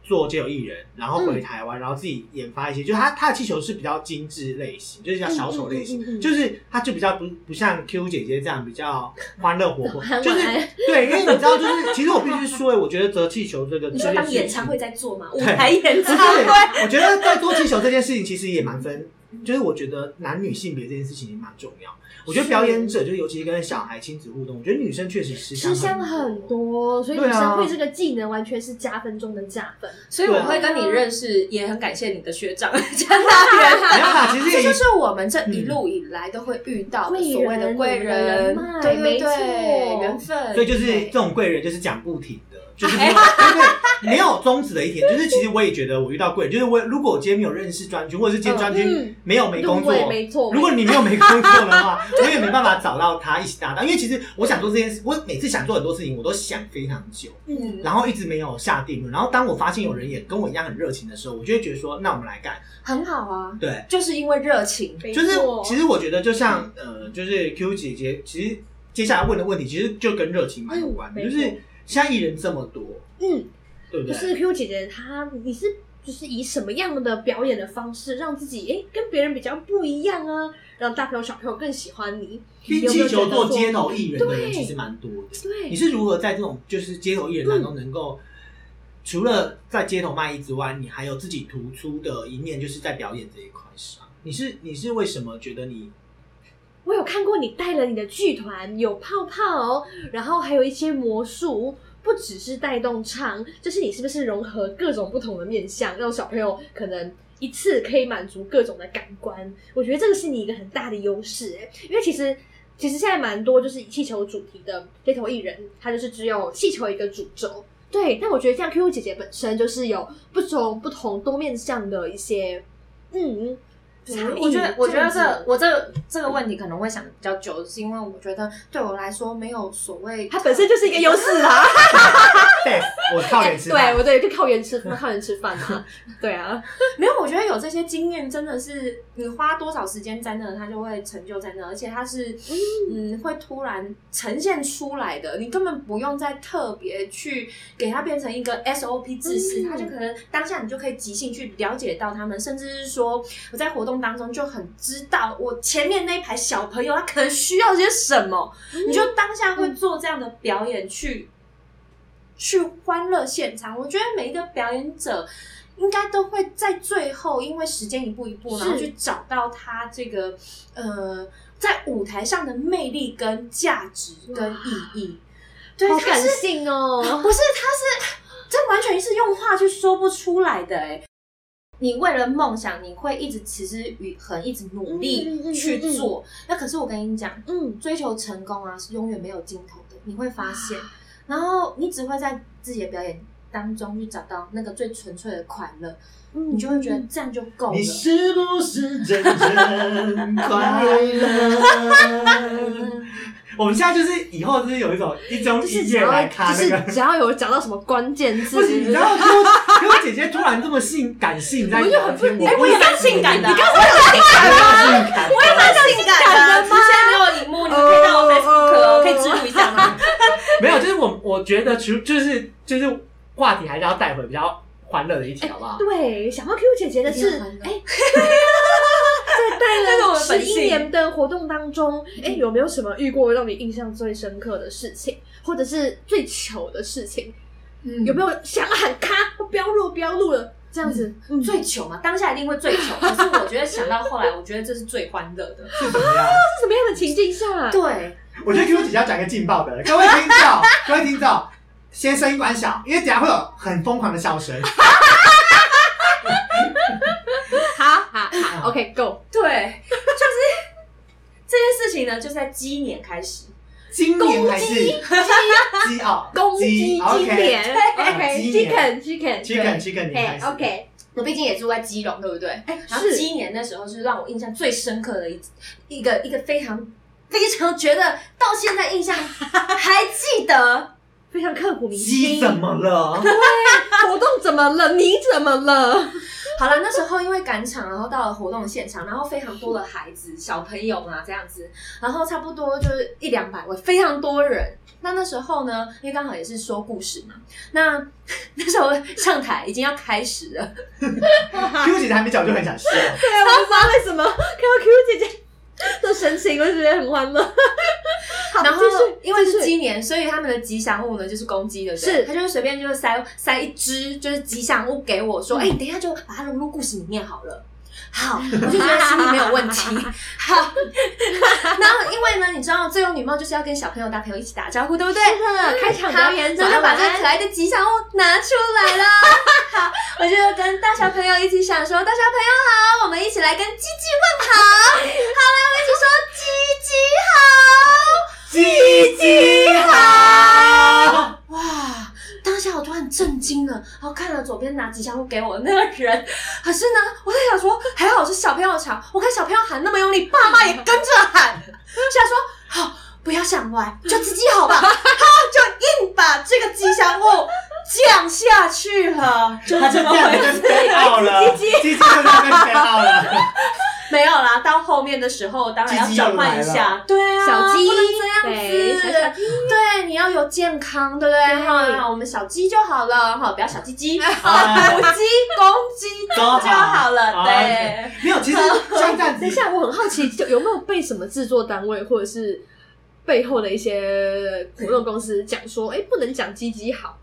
Speaker 1: 做街友艺人，然后回台湾，然后自己研发一些，就他他的气球是比较精致类型，就是比较小手类型，
Speaker 2: 嗯嗯嗯嗯嗯
Speaker 1: 就是他就比较不不像 Q 姐姐这样比较欢乐活泼，
Speaker 2: 很
Speaker 1: 就是
Speaker 2: 晚安
Speaker 1: 对，因为你知道，就是其实我必须说，我觉得折气球这个
Speaker 3: 你说
Speaker 1: 这件
Speaker 3: 当
Speaker 1: 事
Speaker 3: 演
Speaker 1: 情
Speaker 3: 唱会在做吗？舞台演
Speaker 1: 不
Speaker 3: 唱
Speaker 1: 是
Speaker 3: 会，，
Speaker 1: 我觉得在做气球这件事情，其实也蛮分，就是我觉得男女性别这件事情也蛮重要。我觉得表演者，就尤其是跟小孩亲子互动，我觉得女生确实吃
Speaker 2: 吃
Speaker 1: 香
Speaker 2: 香很。多，所以
Speaker 1: 对
Speaker 2: 女
Speaker 1: 啊
Speaker 2: 生会这个技能完全是加分中的加分。
Speaker 3: 所以我会跟你认识，也很感谢你的学长，
Speaker 2: 啊
Speaker 3: 真的。
Speaker 1: 没有啦，啊其实
Speaker 3: 这
Speaker 1: 也
Speaker 3: 就是我们这一路以来都会遇到的所谓的
Speaker 2: 贵
Speaker 3: 贵
Speaker 2: 人
Speaker 3: 人
Speaker 2: 人脉，
Speaker 3: 对对
Speaker 2: 嗯没错
Speaker 3: 对，缘分。
Speaker 1: 所以就是这种贵人就是讲不停的，就是没有对没有终止的一天。就是其实我也觉得我遇到贵人，就是我如果我今天没有认识专军，或者是今天专
Speaker 2: 嗯
Speaker 1: 军没有没工作，
Speaker 2: 对没错
Speaker 1: 如果你没有没工作的话，我也没办法找到他一起搭档。因为其实我想做这件事，我每次想做很多事情，我都想非常久。
Speaker 3: 嗯，
Speaker 1: 然后一直没有下定论。然后当我发现有人也跟我一样很热情的时候，我就会觉得说，那我们来干。
Speaker 3: 很好啊，
Speaker 1: 对，
Speaker 3: 就是因为热情。
Speaker 2: 没
Speaker 1: 就是
Speaker 2: 错
Speaker 1: 其实我觉得，就像呃，就是 Q 姐姐，其实接下来问的问题，其实就跟热情蛮有关的。
Speaker 2: 嗯
Speaker 1: 就
Speaker 2: 没
Speaker 1: 是现在艺人这么多，
Speaker 2: 嗯，
Speaker 1: 对不对？
Speaker 2: 就是 Q 姐姐她，你是就是以什么样的表演的方式，让自己哎、诶跟别人比较不一样啊，让大朋友小朋友更喜欢你？
Speaker 1: 冰
Speaker 2: 有没
Speaker 1: 气
Speaker 2: 有觉
Speaker 1: 球
Speaker 2: 得
Speaker 1: 做
Speaker 2: 说
Speaker 1: 街头艺人的人
Speaker 2: 对
Speaker 1: 其实蛮多的。你
Speaker 2: 对，
Speaker 1: 是如何在这种就是街头艺人当中能够？除了在街头卖艺之外，你还有自己突出的一面，就是在表演这一块上。你是你是为什么觉得 你
Speaker 2: 我有看过你带了你的剧团，有泡泡，然后还有一些魔术。不只是带动唱，就是你是不是融合各种不同的面向，让小朋友可能一次可以满足各种的感官？我觉得这个是你一个很大的优势、诶因为其实其实现在蛮多就是以气球主题的街头艺人，他就是只有气球一个主轴。对，但我觉得像 QQ 姐姐本身就是有不同不同多面向的一些，嗯，才艺
Speaker 3: 我觉得，我觉得
Speaker 2: 样子
Speaker 3: 这我这这个问题可能会想比较久，是因为我觉得对我来说没有所谓，
Speaker 2: 它本身就是一个优势啊。
Speaker 1: 对，我靠脸吃饭
Speaker 2: 哎对，我对，就靠人吃饭，靠人吃饭 啊，对啊，
Speaker 3: 没有，我觉得有这些经验真的是你花多少时间在那，它就会成就在那，而且它是嗯会突然呈现出来的，你根本不用再特别去给它变成一个 SOP 知识，
Speaker 2: 嗯
Speaker 3: 它就可能当下你就可以即兴去了解到他们，甚至是说我在活动当中就很知道我前面那一排小朋友他可能需要些什么，你就当下会做这样的表演去、去欢乐现场。我觉得每一个表演者应该都会在最后，因为时间一步一步，
Speaker 2: 是
Speaker 3: 然后去找到他这个呃在舞台上的魅力、跟价值、跟意义。对，
Speaker 2: 嗯好
Speaker 3: 他
Speaker 2: 感
Speaker 3: 是
Speaker 2: 性哦。
Speaker 3: 不是，他是这完全是用话去说不出来的哎、你为了梦想，你会一直持之以恒，一直努
Speaker 2: 嗯嗯嗯嗯
Speaker 3: 力
Speaker 2: 嗯
Speaker 3: 去做。那可是我跟你讲，
Speaker 2: 嗯，
Speaker 3: 追求成功啊是永远没有尽头的，你会发现，然后你只会在自己的表演当中去找到那个最纯粹的快乐，
Speaker 2: 嗯
Speaker 3: 你就会觉得这样就够了
Speaker 1: 你。是不是真正快
Speaker 3: 嗯
Speaker 1: 乐？ 我们现在就是以后就是有一种一种
Speaker 2: 就是
Speaker 1: 音
Speaker 2: 只
Speaker 1: 乐
Speaker 2: 要
Speaker 1: 来
Speaker 2: 就
Speaker 1: 看那
Speaker 2: 是
Speaker 1: 个，
Speaker 2: 只要有讲到什么关键字，
Speaker 1: 不行，然后 Q Q 姐姐突然这么性感性，在
Speaker 2: 我就很不
Speaker 1: 聊天
Speaker 2: 哎
Speaker 1: 我
Speaker 2: 我也
Speaker 1: 蛮
Speaker 3: 蛮性感的啊
Speaker 1: 你刚才有性感吗？我也蛮
Speaker 3: 性感的，出现给我荧幕，你
Speaker 2: 可以让我 Facebook 哦可以植
Speaker 3: 入一下 吗？
Speaker 1: 没有，就是我我觉得除就是就是话题还是要带回比较欢
Speaker 2: 哎
Speaker 1: 乐的一题，好不好？
Speaker 2: 对，想到 Q 姐姐的
Speaker 3: 一
Speaker 2: 是哎
Speaker 3: 定要欢，乐
Speaker 2: 哎，对啊，这带了十
Speaker 3: 本
Speaker 2: 一
Speaker 3: 性
Speaker 2: 年的活动当中，哎、有没有什么遇过让你印象最深刻的事情，或者是最糗的事情？
Speaker 3: 嗯
Speaker 2: 有没有想喊咔，我不要录，不要录了，这样子？嗯
Speaker 3: 最糗嘛？当下一定会最糗，可是我觉得想到后来，我觉得这是最欢乐的。
Speaker 1: 是怎么样？
Speaker 2: 是什么样的情境下？
Speaker 3: 对，
Speaker 1: 我觉得 Q 姐要讲一个劲爆 的，各位听众，各位听众，先声音关小，因为等一下会有很疯狂的笑 声。
Speaker 2: 好好好，OK，Go，、
Speaker 3: 对，就是这件事情呢，就是在鸡年开始。
Speaker 1: 今年还是
Speaker 2: 公鸡
Speaker 1: 鸡哦，
Speaker 2: 公鸡啊今
Speaker 1: OK
Speaker 2: 年
Speaker 1: 对今年
Speaker 2: ，OK，Chicken，Chicken，
Speaker 1: chicken chicken 年开始
Speaker 2: o k
Speaker 3: 我毕竟也住在基隆，对不对？然后
Speaker 2: 哎是
Speaker 3: 鸡年那时候是让我印象最深刻的一一个一个非常非常觉得到现在印象还记得，
Speaker 2: 非常刻骨铭
Speaker 1: 鸡
Speaker 2: 心。
Speaker 1: 怎么了？
Speaker 2: 活动怎么了？你怎么了？
Speaker 3: 好了，那时候因为赶场，然后到了活动现场，然后非常多的孩子、小朋友嘛，这样子，然后差不多就是一两百位，非常多人。那那时候呢，因为刚好也是说故事嘛，那 那时候上台已经要开始了，
Speaker 1: Q 姐还没讲我就很想笑，
Speaker 2: 对，我不知道为什么看到 Q 姐姐的神情，我就觉得很欢乐。好，
Speaker 3: 然后
Speaker 2: 继续
Speaker 3: 因为
Speaker 2: 继
Speaker 3: 是
Speaker 2: 续
Speaker 3: 鸡年，所以他们的吉祥物呢就是公鸡的，对不对
Speaker 2: 是
Speaker 3: 他就会随便就是塞塞一只就是吉祥物给我
Speaker 2: 嗯
Speaker 3: 说，哎、等一下就把它融入故事里面好了。 好，我就觉得心里没有问 题。好， 然后因为呢，你知道最有礼貌就是要跟小朋友、大朋友一起打招呼，对不对？
Speaker 2: 是的开场表演
Speaker 3: 好那
Speaker 2: 早安
Speaker 3: 就把
Speaker 2: 晚
Speaker 3: 这
Speaker 2: 安
Speaker 3: 可爱的吉祥物拿出来了。 好，我就跟大小朋友一起想说，大小朋友好，我们一起来跟鸡鸡问好。好，来，我们一起说鸡鸡好。
Speaker 1: 鸡鸡好。
Speaker 3: 哇！当下我突然震惊了，然后看了左边拿吉祥物给我的那个人， 可是呢，我在想说，还好是小朋友吵，我看小朋友喊那么用力，爸妈也跟着喊， 想说好，不要 想歪，就自己好吧，他 就硬把这个吉祥物降下去了， 就
Speaker 1: 他
Speaker 3: 是
Speaker 1: 就
Speaker 3: 这么
Speaker 1: 这样
Speaker 3: 回
Speaker 1: 子
Speaker 3: 事。
Speaker 1: 跟飞奥了，鸡鸡就这样跟飞奥了。
Speaker 3: 没有啦，到后面的时候当然要转换一
Speaker 1: 鸡鸡又来
Speaker 3: 下，对啊，
Speaker 2: 小鸡
Speaker 3: 不能这样
Speaker 2: 对
Speaker 3: 子，
Speaker 2: 小小鸡
Speaker 3: 对，你要有健康，对不对？
Speaker 2: 对
Speaker 3: 哈，我们小鸡就好了，哈，不要小鸡 鸡，啊
Speaker 1: 啊
Speaker 3: 母鸡、公鸡
Speaker 1: 都好
Speaker 3: 就好了，
Speaker 1: 啊
Speaker 3: 对。
Speaker 1: 没有，其实像这样
Speaker 2: 等一
Speaker 1: 子，
Speaker 2: 下，我很好奇，就有没有被什么制作单位或者是背后的一些活动公司讲说，哎、不能讲鸡鸡好，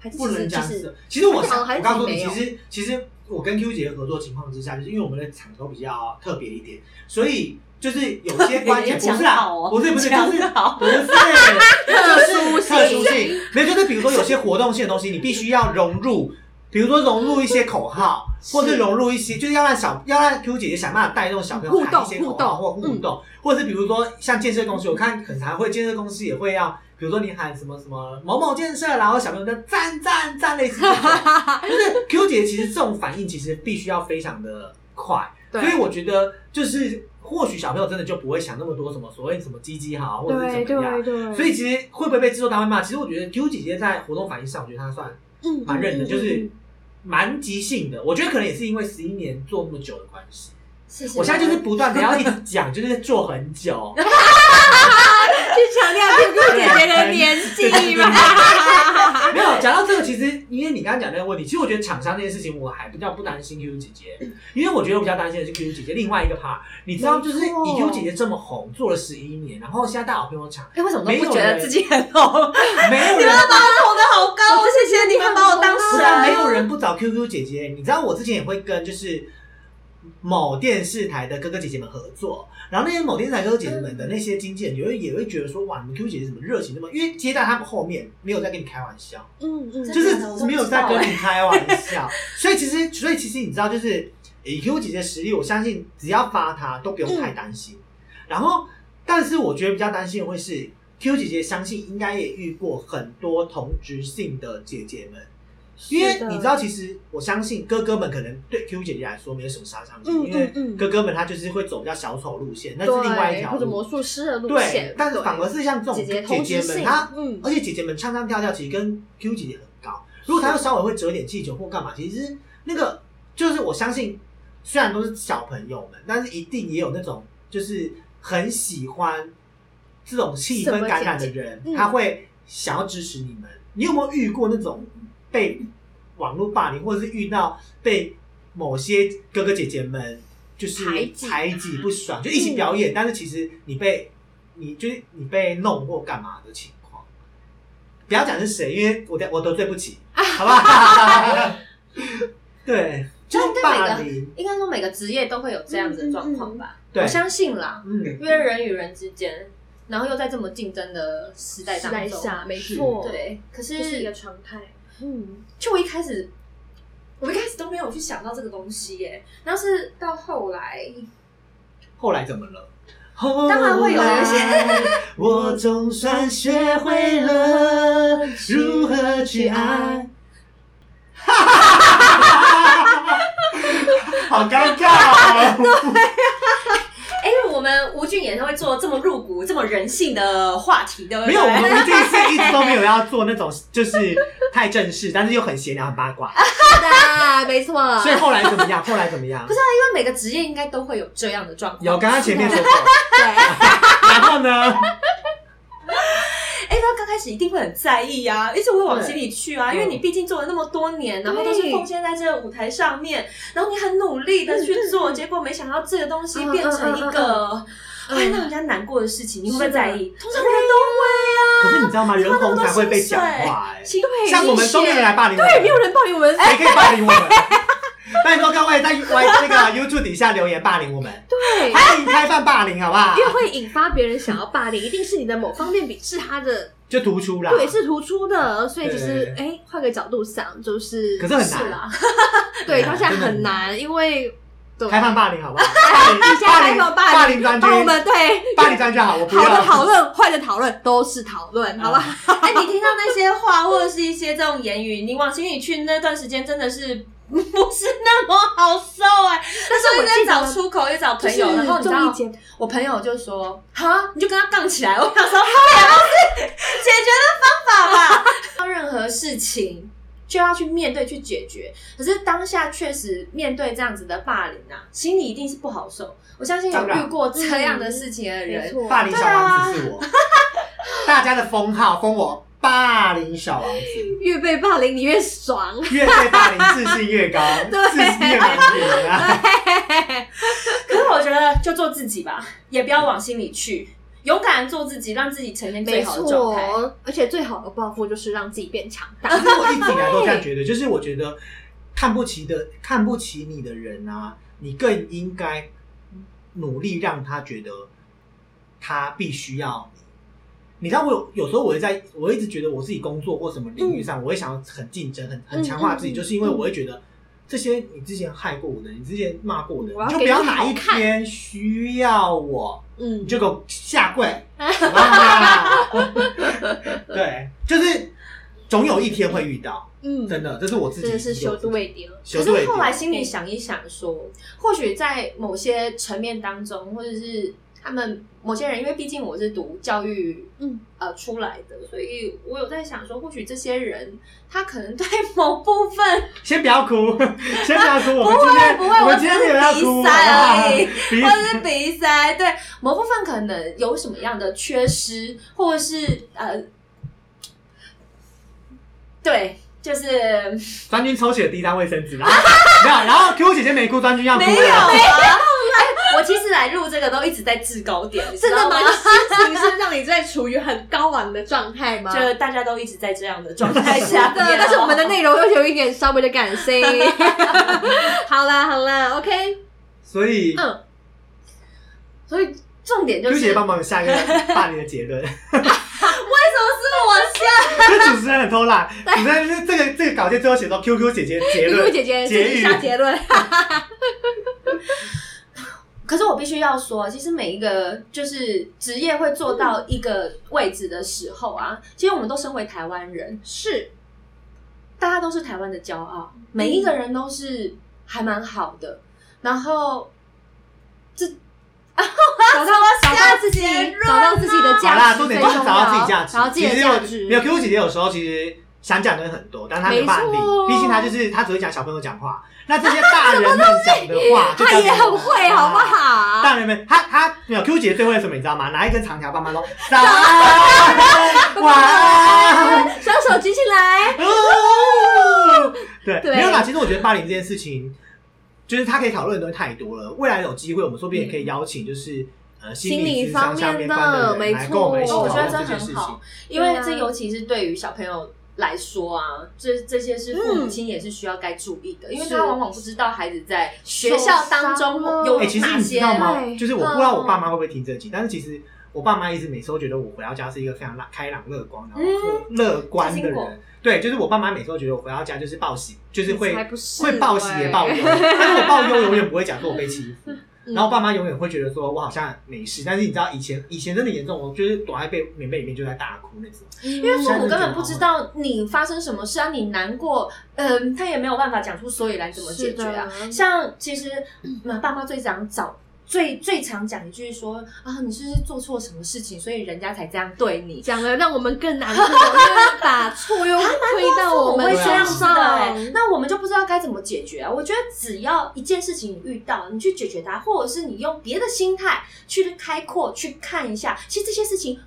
Speaker 2: 还是
Speaker 1: 不能
Speaker 2: 就
Speaker 1: 讲
Speaker 2: 是
Speaker 1: 是。其实我
Speaker 2: 哦还
Speaker 1: 我
Speaker 2: 是
Speaker 1: 告诉你，
Speaker 2: 没
Speaker 1: 其
Speaker 2: 有
Speaker 1: 实其实我跟 Q 姐的合作情况之下，就是因为我们的场合比较特别一点，所以就是有 些关键
Speaker 3: 特别
Speaker 1: 不是啦
Speaker 3: 讲好，哦
Speaker 1: 不是不是
Speaker 3: 讲
Speaker 1: 就是
Speaker 3: 好
Speaker 1: 不是特
Speaker 2: 殊性
Speaker 1: 特殊性，没有就是比如说有些活动性的东西，你必须要融入。比如说融入一些口号，或者融入一些，就是要让小要让 Q 姐姐想办法带动小朋友
Speaker 2: 互动
Speaker 1: 喊一些口
Speaker 2: 互动嗯
Speaker 1: 号或互动，或者是比如说像建设公司，我看很常会建设公司也会要，比如说你喊什么什么某某建设，然后小朋友就赞赞赞类似 这种，就是 Q 姐其实这种反应其实必须要非常的快，所以
Speaker 2: 对
Speaker 1: 我觉得就是或许小朋友真的就不会想那么多什么所谓什么鸡鸡好或者是
Speaker 2: 对
Speaker 1: 怎么样
Speaker 2: 对。对，
Speaker 1: 所以其实会不会被制作单位骂？其实我觉得 Q 姐姐在活动反应上，我觉得她算
Speaker 2: 嗯
Speaker 1: 蛮认真，就
Speaker 2: 嗯嗯
Speaker 1: 是
Speaker 2: 嗯
Speaker 1: 蛮即兴的。我觉得可能也是因为十一年做那么久的关系，
Speaker 3: 谢谢。
Speaker 1: 我现在就是不断的要一直讲，就是做很 久。
Speaker 2: 去强调 QQ 姐姐的年纪嘛。
Speaker 1: 没有讲到这个，其实因为你刚刚讲那个问题，其实我觉得厂商这件事情我还比较不担
Speaker 2: 嗯
Speaker 1: 心 Q 姐姐，因为我觉得我比较担心的是 Q 姐姐另外一个 part。你知道，就是以
Speaker 2: 没错
Speaker 1: Q 姐姐这么红，做了十一年，然后现在大好朋友 场，
Speaker 3: 哎，为什么都不觉得自己很红？
Speaker 1: 没有
Speaker 3: 你
Speaker 1: 人
Speaker 3: 们把我捧得好高，
Speaker 2: 我真的
Speaker 3: 谢谢你们把我当
Speaker 1: 不
Speaker 2: 不
Speaker 1: 是
Speaker 2: 是
Speaker 1: 啊，
Speaker 2: 啊
Speaker 1: 没
Speaker 3: 神。
Speaker 1: 有人不找 QQ 姐姐。你知道我之前也会跟就是某电视台的哥哥姐姐们合作，然后那些某电视台哥哥姐姐们的那些经纪人，也会也会觉得说，哇，你们 QQ 姐姐怎么热情那么？因为接在他们后面，没有在跟你开玩笑，
Speaker 2: 嗯嗯，
Speaker 1: 就
Speaker 3: 真的
Speaker 1: 是没有在跟你开玩笑。所以其实，所以其实你知道，就是以 QQ 姐姐的实力，我相信只要发她都不用太担心。然后，但是我觉得比较担心的会是。Q 姐姐相信应该也遇过很多同职性的姐姐们，因为
Speaker 2: 是的
Speaker 1: 你知道，其实我相信哥哥们可能对 Q 姐姐来说没有什么杀伤力，
Speaker 2: 嗯
Speaker 1: 因
Speaker 2: 嗯
Speaker 1: 为
Speaker 2: 嗯，
Speaker 1: 哥哥们他就是会走比较小丑路线，那是
Speaker 2: 对，
Speaker 1: 另外一条
Speaker 2: 或者魔
Speaker 1: 路。
Speaker 2: 术师的路线
Speaker 1: 对，，但是
Speaker 2: 对
Speaker 1: 反而是像这种
Speaker 2: 姐姐
Speaker 1: 姐
Speaker 2: 同
Speaker 1: 姐
Speaker 2: 质
Speaker 1: 们，
Speaker 2: 性
Speaker 1: 她，
Speaker 2: 嗯
Speaker 1: 而且姐姐们唱唱跳跳，其实跟 Q 姐姐很高。如果她又稍微会折一点气球或干嘛，其实那个就是我相信，虽然都是小朋友们，但是一定也有那种就是很喜欢这种气氛感染的人
Speaker 2: 什么姐，姐嗯
Speaker 1: 他会想要支持你们。你有没有遇过那种被网络霸凌，或者是遇到被某些哥哥姐姐们？就是
Speaker 2: 排挤嗯
Speaker 1: 排挤不爽，就一起表演，但是其实你被你就是你被弄或干嘛的情况，不要讲是谁，因为我得我得罪不起，
Speaker 3: 啊
Speaker 1: 好不好？ 对，就是霸凌，
Speaker 3: 应该说每个职业都会有这样子的状况吧，
Speaker 1: 对
Speaker 3: 我，相信啦，
Speaker 1: 嗯，
Speaker 3: 因为人与人之间，然后又在这么竞争的时代
Speaker 2: 时
Speaker 3: 当
Speaker 2: 代
Speaker 3: 中，
Speaker 2: 下，没
Speaker 1: 是
Speaker 2: 错，，
Speaker 3: 对，可
Speaker 2: 这是一个
Speaker 3: 是
Speaker 2: 常态。嗯，
Speaker 3: 就我一开始，我一开始都没有去想到这个东西耶，然后是到后来，
Speaker 1: 后来怎么了？
Speaker 3: 当然会有一些
Speaker 1: 后来我总算学会 了如何去爱。 好尴尬哦！
Speaker 3: 哎、我们吴俊也是会做这么入骨、这么人性的话题，对不
Speaker 1: 没
Speaker 3: 对？
Speaker 1: 有，我们这一次一直都没有要做那种就是太正式，但是又很闲聊、很八
Speaker 3: 啊
Speaker 1: 卦。
Speaker 2: 是的，没错。
Speaker 1: 所以后来怎么样？后来怎么样
Speaker 3: 不？是啊，因为每个职业应该都会有这样的状况。
Speaker 1: 有，刚刚前面说过。
Speaker 2: 对，
Speaker 1: 然后呢？
Speaker 3: 哎、他刚开始一定会很在意啊，一直会往心里去啊，因
Speaker 1: 对
Speaker 3: 为你毕竟做了那么多年，然后
Speaker 2: 对
Speaker 3: 都是奉献在这个舞台上面，然后你很努力的去做，结果没想到这个东西变成一
Speaker 1: 啊
Speaker 3: 个
Speaker 2: 嗯嗯嗯嗯
Speaker 3: 会让人家难过的事情，你会不会在意？通常人啊
Speaker 1: 可
Speaker 3: 都
Speaker 1: 是你知道 吗？人红才会被讲话、哎
Speaker 3: 会啊，情
Speaker 2: 对
Speaker 1: 像我们都没有人来霸凌我们，
Speaker 2: 对，没有人霸凌我们，
Speaker 1: 谁可以霸凌我们？ 拜托各位在 Y 那个 YouTube 底下留言霸凌我 们，
Speaker 2: 对，
Speaker 1: 欢迎开放霸凌，好不好
Speaker 2: 因？为会引发别人想要霸凌，一定是你的某方面比是他的
Speaker 1: 就突出啦。
Speaker 2: 对是突出的，所以其
Speaker 1: 啊对
Speaker 2: 实哎，换个角度想，就是
Speaker 1: 可是很难啊
Speaker 2: 是啦， 对，当下
Speaker 1: 真的很
Speaker 2: 很难，因为对
Speaker 1: 开放霸凌， 好不好？
Speaker 2: 大家
Speaker 1: 霸
Speaker 2: 开
Speaker 1: 凌
Speaker 2: 放
Speaker 1: 霸
Speaker 2: 霸
Speaker 1: 凌专
Speaker 2: 帮我
Speaker 1: 军，
Speaker 2: 们对
Speaker 1: 霸凌专军好，我不
Speaker 2: 好的
Speaker 1: 要。
Speaker 2: 讨论，坏的讨论都是讨论，好吧？
Speaker 3: 哎、你听到那些话或者是一些这种言语，你往心里去那段时间真的是 不是那么好受哎、但是
Speaker 2: 我
Speaker 3: 我在
Speaker 2: 记得
Speaker 3: 找出口，又找朋友，
Speaker 2: 就是
Speaker 3: 然后你知
Speaker 2: 综艺
Speaker 3: 道，
Speaker 2: 节目
Speaker 3: 我朋友就说：“哈，你就跟他杠起来。”我想说，好， 是解决的方 法吧。到任何事情就要去面对去解决，可是当下确实面对这样子的霸凌啊，心里一定是不好受。我相信有
Speaker 1: 当然
Speaker 3: 遇过这样的事情的
Speaker 2: 没
Speaker 3: 人，
Speaker 2: 错，
Speaker 1: 霸凌小王子是我，
Speaker 2: 啊
Speaker 1: 大家的封号封我霸凌小王 子，
Speaker 2: 越被霸凌你越爽，
Speaker 1: 越被霸凌自信越高，自信越满足啊！
Speaker 3: 可是我觉得就做自己吧，也不要往心里去，勇敢地做自己，让自己呈现最
Speaker 2: 没
Speaker 3: 好的状态。
Speaker 2: 错，而且最好的报复就是让自己变强 大。
Speaker 1: 可是我一直以来都这样觉 得，就是我觉得看不起的、看不起你的人啊，你更应该努力让他觉得他必须要你。你知道我有有时候我会在，我一直觉得我自己工作或什么领域上，我会想要很竞争、很很强化自己，
Speaker 2: 嗯嗯嗯嗯
Speaker 1: 就是因为我会觉得。这些你之前害过我的，你之前骂过我的，
Speaker 2: 我要
Speaker 1: 你就
Speaker 2: 给
Speaker 1: 不
Speaker 2: 你
Speaker 1: 要哪
Speaker 2: 好
Speaker 1: 一
Speaker 2: 看
Speaker 1: 天需要我，
Speaker 2: 嗯
Speaker 1: 你，就给我下 跪。 哇对，就是总有一天会遇到，
Speaker 2: 嗯，
Speaker 1: 真的，这是我自己
Speaker 2: 真的是修
Speaker 1: 有
Speaker 2: 都未跌了。
Speaker 1: 修
Speaker 3: 可
Speaker 1: 对
Speaker 3: 是后来心里想一想说或许在某些层面当中，或者是他们某些人，因为毕竟我是读教育，
Speaker 2: 嗯
Speaker 3: 呃出来的，所以我有在想说，或许这些人他可能对 某部分
Speaker 1: 先不要哭， 先不要哭，我们
Speaker 3: 不
Speaker 1: 今天
Speaker 3: 不会
Speaker 1: 我们今天没有要哭，
Speaker 3: 我只是比赛而已
Speaker 1: 比
Speaker 3: 或者是鼻塞，对某部分可能有什么样的缺失，或者是呃，对，就是
Speaker 1: 专军抽血第一张卫生 纸，然后没有，然后 Q 姐姐没哭，专军要哭
Speaker 3: 没有啊。
Speaker 1: 了。
Speaker 3: 哎我其实来录这个都一直在制高点，你知
Speaker 2: 真的
Speaker 3: 道
Speaker 2: 吗？心情是让你在处于很高昂的状态吗？
Speaker 3: 就大家都一直在这样的状态下啊
Speaker 2: 对，但是我们的内容又有一点稍微的感性。好啦好啦，OK，
Speaker 1: 所以
Speaker 3: 嗯 所以重点就
Speaker 1: Q
Speaker 3: 是
Speaker 1: 姐姐帮
Speaker 3: 为
Speaker 1: 忙下一个霸凌的结 论，
Speaker 3: 什么是我先？
Speaker 1: 这主持人很偷懒，主持人是这个这个稿件最后写到 QQ 姐姐结
Speaker 2: 露露
Speaker 1: 论，
Speaker 2: 姐姐自
Speaker 1: 结
Speaker 2: 己
Speaker 1: 语
Speaker 2: 下结论。
Speaker 3: 可是我必须要说，其实每一个就是职业会做到一个位置的时候啊，其实我们都身为台湾人，
Speaker 2: 是，嗯
Speaker 3: 大家都是台湾的骄傲，每一个人都是还蛮好的，然后
Speaker 2: 找到找到自己
Speaker 3: 下结论，
Speaker 2: 找到自己的
Speaker 1: 好啦，
Speaker 2: 价值
Speaker 1: 重
Speaker 2: 最
Speaker 1: 点就是
Speaker 2: 重要，
Speaker 1: 找到自己价值，
Speaker 2: 找到自己
Speaker 1: 其
Speaker 2: 的
Speaker 1: 实我
Speaker 2: 价值。
Speaker 1: 没有 Q 姐姐有时候其实想讲的很多，但她没有办法
Speaker 2: 没
Speaker 1: 理，
Speaker 2: 错
Speaker 1: 毕竟她就是她只会讲小朋友讲话，那这些大人们讲的话，就
Speaker 2: 她
Speaker 1: 叫
Speaker 2: 也很会，好不？好？
Speaker 1: 大人们，她她没有 Q 姐姐最会什么，你知道吗？拿一根长条棒棒说早 安晚安。
Speaker 2: 双手举起来，
Speaker 1: 哦对，
Speaker 2: 对
Speaker 1: 没有啦。其实我觉得霸凌这件事情，就是他可以讨论的东西太多了。未来有机会，我们说不定也可以邀请，就是、呃
Speaker 2: 心理
Speaker 1: 理咨
Speaker 2: 方
Speaker 1: 商相
Speaker 2: 面
Speaker 1: 面
Speaker 2: 的
Speaker 1: 关的
Speaker 2: 没
Speaker 1: 人来跟我们一起
Speaker 2: 错
Speaker 1: 讨
Speaker 3: 我觉得
Speaker 1: 论
Speaker 3: 这
Speaker 1: 这件事
Speaker 3: 很
Speaker 1: 情
Speaker 3: 好。，因为这
Speaker 2: 对啊
Speaker 3: 尤其是对于小朋友来说啊，这这些是父母亲也是需要该注意的，因为
Speaker 2: 嗯是
Speaker 3: 他往往不知道孩子在学
Speaker 2: 受
Speaker 3: 校当
Speaker 2: 伤
Speaker 3: 中
Speaker 2: 了
Speaker 3: 有
Speaker 1: 哎、其实
Speaker 3: 哪
Speaker 1: 你知
Speaker 3: 些
Speaker 1: 道吗
Speaker 2: 对？
Speaker 1: 就是我不知道我爸妈会不会听这集，但是其实我爸妈一直每次都觉得我回到家是一个非常开朗、乐观，然后乐观的
Speaker 3: 开心果
Speaker 1: 人。对，就是我爸妈每次都觉得我回到家就是报喜，就是会
Speaker 2: 才不是
Speaker 1: 会报喜也报忧，但是我报忧永远不会讲说我被欺负。
Speaker 2: 哎嗯
Speaker 1: 然后我爸妈永远会觉得说，我好像没事，但是你知道以前以前真的严重，我就是躲在被棉被里面就在大哭那种。
Speaker 2: 因
Speaker 3: 因为父母根本不知道你发生什么事啊，你难过，嗯，他也没有办法讲出所以然怎么解决啊。
Speaker 2: 是的
Speaker 3: 像其实，嗯，爸妈最常找。最最常讲一句说啊，你是不是做错什么事情，所以人家才这样对你。
Speaker 2: 讲了让我们更难过，因为把错又推到我们
Speaker 3: 会
Speaker 1: 这
Speaker 2: 身
Speaker 1: 样
Speaker 3: 样
Speaker 1: 子
Speaker 3: 子的、
Speaker 2: 上。
Speaker 3: 那我们就不知道该怎么解决啊。我觉得只要一件事情你遇到，你去解决它，或者是你用别的心态去开阔去看一下，其实这些事情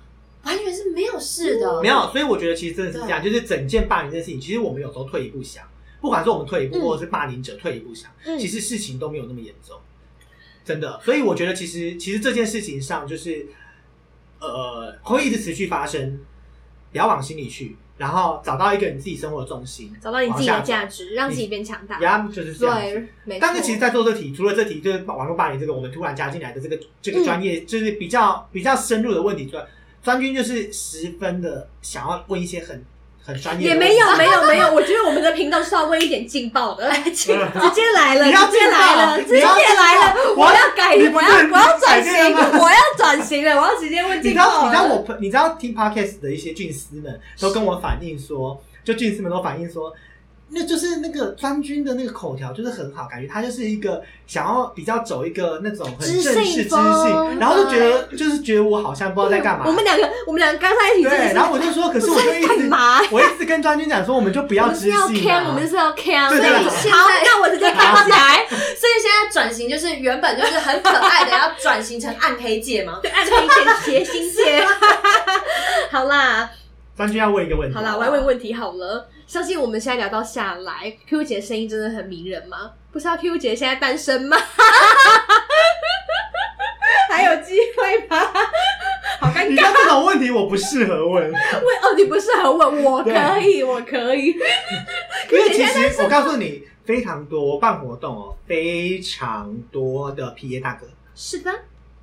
Speaker 3: 完全是没有事的。
Speaker 1: 嗯没有，所以我觉得其实真的是这样，就是整件霸凌这件事情，其实我们有时候退一步想，不管是我们退一步，
Speaker 2: 嗯
Speaker 1: 或者是霸凌者退一步想，
Speaker 2: 嗯
Speaker 1: 其实事情都没有那么严重，真的。所以我觉得其实其实这件事情上，就是呃会一直持续发生，不要往心里去，然后找到一个你自己生活的重心，
Speaker 2: 找到你自己的
Speaker 1: 往下
Speaker 2: 价值，让自己变强大。
Speaker 1: 呀，就是这样子。
Speaker 2: 对，没错。
Speaker 1: 但是其实，在做这题，除了这题就是网络霸凌这个，我们突然加进来的这个这
Speaker 2: 嗯
Speaker 1: 个专业，就是比较比较深入的问题专专军就是十分的想要问一些很很专业
Speaker 2: 也
Speaker 1: 的问
Speaker 2: 没
Speaker 1: 题，
Speaker 2: 有没有没有，我觉得我们的频道是要问一点劲爆的，直
Speaker 1: 嗯
Speaker 2: 接来了，
Speaker 1: 你要
Speaker 2: 直接来了，
Speaker 1: 劲爆
Speaker 2: 直接来
Speaker 1: 你
Speaker 2: 了
Speaker 1: 要，
Speaker 2: 我要改，
Speaker 1: 你
Speaker 2: 我
Speaker 1: 不是
Speaker 2: 要我要转型，
Speaker 1: 改变了吗
Speaker 2: 我要转型了，我要直接问
Speaker 1: 你
Speaker 2: 劲
Speaker 1: 知道
Speaker 2: 爆
Speaker 1: 你知道
Speaker 2: 了。
Speaker 1: 我朋你知道听 podcast 的一些俊师们都跟我反映说，就俊师们都反映说。那就是那个专军的那个口条，就是很好，感觉他就是一个想要比较走一个那种很
Speaker 2: 知
Speaker 1: 正
Speaker 2: 性
Speaker 1: 式知性，
Speaker 2: 风
Speaker 1: 然后就觉得就是觉得我好像不知道在干嘛。
Speaker 2: 我们两个，我们两个刚在一起真的
Speaker 1: 对，
Speaker 2: 是，
Speaker 1: 然后我就说，可是我就一
Speaker 2: 我在干
Speaker 1: 直
Speaker 2: 嘛
Speaker 1: 我一直跟专军讲说，我们就不
Speaker 2: 我
Speaker 1: 要
Speaker 2: 们是
Speaker 1: 知
Speaker 2: 要
Speaker 1: 性
Speaker 2: can，我
Speaker 1: 啊
Speaker 2: 们。是要 can，
Speaker 1: 对对对
Speaker 2: 所以好，那我直接开起来，
Speaker 3: 所以现在转型就是原本就是很可爱 的，要转型成暗黑界嘛。
Speaker 2: 对，按黑点斜心界。 好啦，
Speaker 1: 专军要问一个问题，
Speaker 2: 好啦，我来问问题好了。相信我们现在聊到下来，Q 姐声音真的很迷人吗？不知道 Q 姐现在单 身吗？还有机会 吗？好尴
Speaker 1: 你
Speaker 2: 尬。
Speaker 1: 看这种问题我不适合 问，
Speaker 2: 问哦，你不是很稳？我可以，我可以。
Speaker 1: 因为其实我告诉你，非常多我办活动哦，非常多的 P A 大哥
Speaker 2: 是的，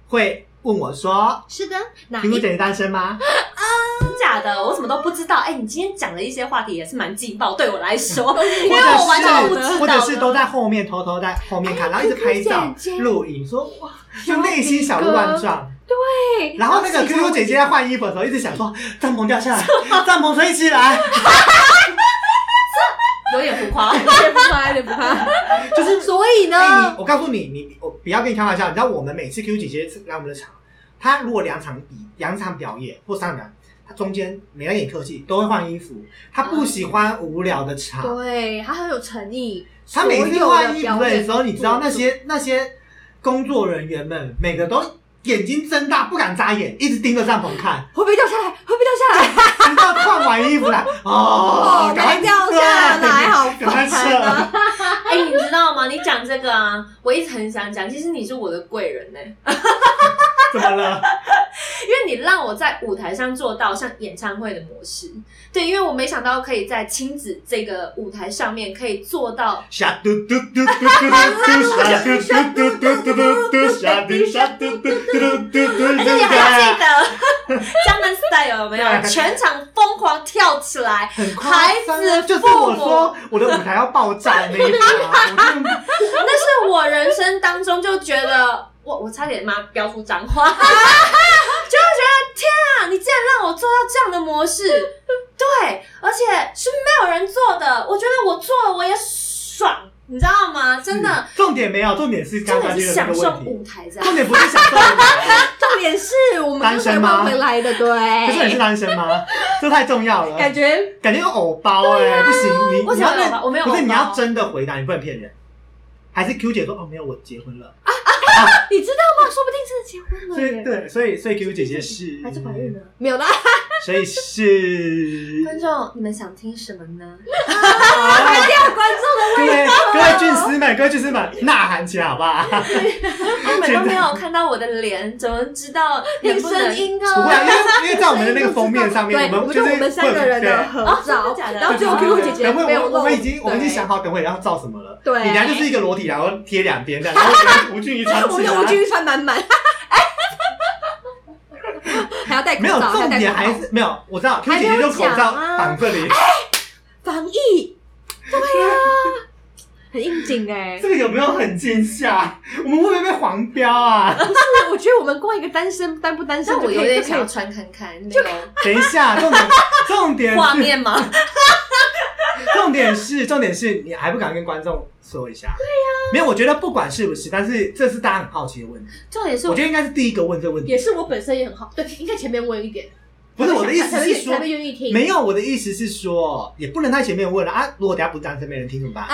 Speaker 1: 会问我说
Speaker 2: 是的。哪
Speaker 1: ：“Q
Speaker 2: 一
Speaker 1: 姐单身吗
Speaker 3: 真假的，我怎么都不知道。哎、你今天讲的一些话题也是蛮劲爆，对我来说，因
Speaker 1: 或
Speaker 3: 为
Speaker 1: 者
Speaker 3: 我完全不知
Speaker 1: 是
Speaker 3: 道，
Speaker 1: 或者是都在后面偷偷在后
Speaker 2: 哎
Speaker 1: 面看，然后一直拍照
Speaker 2: Q Q 姐姐
Speaker 1: 录影，说哇，就内心小鹿乱撞。
Speaker 2: 对？
Speaker 1: 然后那个 QQ 姐姐在换衣服的时候，一直想说 帐篷掉下来，帐篷吹起来。
Speaker 3: 有点浮夸。
Speaker 2: 有点不怕，有点不怕。
Speaker 1: 就是
Speaker 2: 所以
Speaker 1: 哎、
Speaker 2: 呢
Speaker 1: 你，我告诉你，你我不要跟你开玩笑。你知道我们每次 Q 姐姐来我们的场，她如果两场比两场表演或三场表演，她中间没在演客气，都会换衣服。她不喜欢无聊的场，
Speaker 2: 对他很有诚意。
Speaker 1: 她每次
Speaker 2: 所有
Speaker 1: 换
Speaker 2: 的
Speaker 1: 衣
Speaker 2: 表
Speaker 1: 服的
Speaker 2: 演
Speaker 1: 时候，你知道
Speaker 2: 都
Speaker 1: 那些那些工作人员们每个都眼睛睁大不敢眨眼，一直盯着帐篷看，
Speaker 2: 会不会掉下来？会不会掉下来？
Speaker 1: 直到换完衣服来，哦，赶快
Speaker 2: 没掉下来， 好
Speaker 1: 赶快
Speaker 2: 烦
Speaker 1: 撤。
Speaker 2: 啊！
Speaker 3: 哎、你知道吗？你讲这个啊，我一直很想讲。其实你是我的贵人呢、欸
Speaker 1: 怎么了？
Speaker 3: 因为你让我在舞台上做到像演唱会的模式。对，因为我没想到可以在亲子这个舞台上面可以做到
Speaker 1: 傻嘟嘟嘟嘟嘟嘟嘟，傻嘟嘟嘟嘟嘟嘟，傻嘟傻嘟嘟嘟嘟嘟
Speaker 3: 而
Speaker 1: 嘟
Speaker 3: 且你还要记
Speaker 1: 嘟。
Speaker 3: 得 江南 style 有没有？
Speaker 1: 对
Speaker 3: 全场疯狂跳起来，
Speaker 1: 很
Speaker 3: 孩子
Speaker 1: 就是
Speaker 3: 父
Speaker 1: 我
Speaker 3: 母
Speaker 1: 说我的舞台要爆炸那一趴，
Speaker 3: 那是我人生当中就觉得，我我差点妈飙出脏话，就会觉得天啊，你竟然让我做到这样的模式，对，而且是没有人做的，我觉得我做了我也爽，你知道吗？真的，
Speaker 1: 重点没有，重点是刚
Speaker 3: 重
Speaker 1: 刚这
Speaker 3: 点是
Speaker 1: 个
Speaker 3: 享受
Speaker 1: 问题，
Speaker 3: 舞台这样。
Speaker 1: 重点不是享受舞台，
Speaker 2: 重点是我们
Speaker 1: 单
Speaker 2: 是
Speaker 1: 身
Speaker 2: 会
Speaker 1: 吗
Speaker 2: 换回来的，
Speaker 1: 可是你是
Speaker 2: 对。
Speaker 1: 单身吗？这太重要了，
Speaker 2: 感觉
Speaker 1: 感觉有偶包哎，不行，你你
Speaker 3: 为什么
Speaker 1: 要
Speaker 3: 有
Speaker 1: 认
Speaker 3: 吧？我没有，
Speaker 1: 不是你要，真的回答，你不能骗人。还是 Q 姐说哦没有，我结婚了，
Speaker 2: 你知道吗？说不定真的结婚了
Speaker 1: 所以
Speaker 2: 耶，
Speaker 1: 对，所以所以 Q 姐姐是
Speaker 2: 还是怀孕了？没有啦，哎
Speaker 1: 所以是
Speaker 3: 观众，你们想听什么 呢？
Speaker 2: 哎呀，观众
Speaker 1: 啊各位各位俊师们，各位俊师们呐喊起来好不好？
Speaker 3: 你哦们都没有看到我的脸，怎么知道能
Speaker 2: 听
Speaker 3: 不能
Speaker 2: 声？音
Speaker 1: 不会啊，
Speaker 2: 啊
Speaker 1: 因。为因为在我们的那个封面上面，
Speaker 2: 对，
Speaker 1: 我们
Speaker 2: 就是我们三个人的
Speaker 1: 的。
Speaker 2: 合照
Speaker 3: 哦真的，假的
Speaker 2: 然后只有
Speaker 3: 哦
Speaker 2: QQ 姐姐
Speaker 1: 等会
Speaker 2: 没有
Speaker 1: 我
Speaker 2: 露。
Speaker 1: 我们已经我们已经
Speaker 2: 对
Speaker 1: 想好，等会要照什么了。
Speaker 2: 对
Speaker 1: 你俩就是一个裸体，然后贴两边这样，然后我们吴俊一穿起
Speaker 2: 我们的
Speaker 1: 来
Speaker 2: 无。菌穿满满， 还要戴口
Speaker 1: 没有
Speaker 2: 罩，
Speaker 1: 重
Speaker 2: 要戴
Speaker 1: 点
Speaker 2: 口
Speaker 1: 还
Speaker 2: 罩
Speaker 1: 是没有，我知道 Q
Speaker 2: 还没
Speaker 1: 姐
Speaker 2: 有
Speaker 1: 姐用口罩
Speaker 2: 讲啊
Speaker 1: 绑这里，
Speaker 2: 防疫，对
Speaker 3: 啊
Speaker 2: 啊呀、很应景
Speaker 3: 欸
Speaker 2: 哎、
Speaker 1: 这个有没有很惊吓？我们会不会被黄标啊？
Speaker 2: 是，我觉得我们光一个单身单不单身
Speaker 3: 那
Speaker 2: 就
Speaker 3: 我
Speaker 2: 可以，
Speaker 3: 有点
Speaker 2: 就可以
Speaker 3: 想穿看看，没有
Speaker 1: 等一下，重点重点
Speaker 3: 画
Speaker 1: 是
Speaker 3: 面吗？
Speaker 1: 重点是重点是你还不敢跟观众说一下？对呀，没有，我觉得不管是不是，但是这是大家很好奇的问题，
Speaker 3: 重点是
Speaker 1: 我觉得应该是第一个问这个问题
Speaker 2: 也。是我本身也很好，对，应该前面问一点，
Speaker 1: 不是我的意思
Speaker 2: 才
Speaker 1: 是
Speaker 2: 会
Speaker 1: 说
Speaker 2: 才，会愿意听，
Speaker 1: 没有，我的意思是说，也不能太前面问了啊。如果等下不是单身没人听怎么办？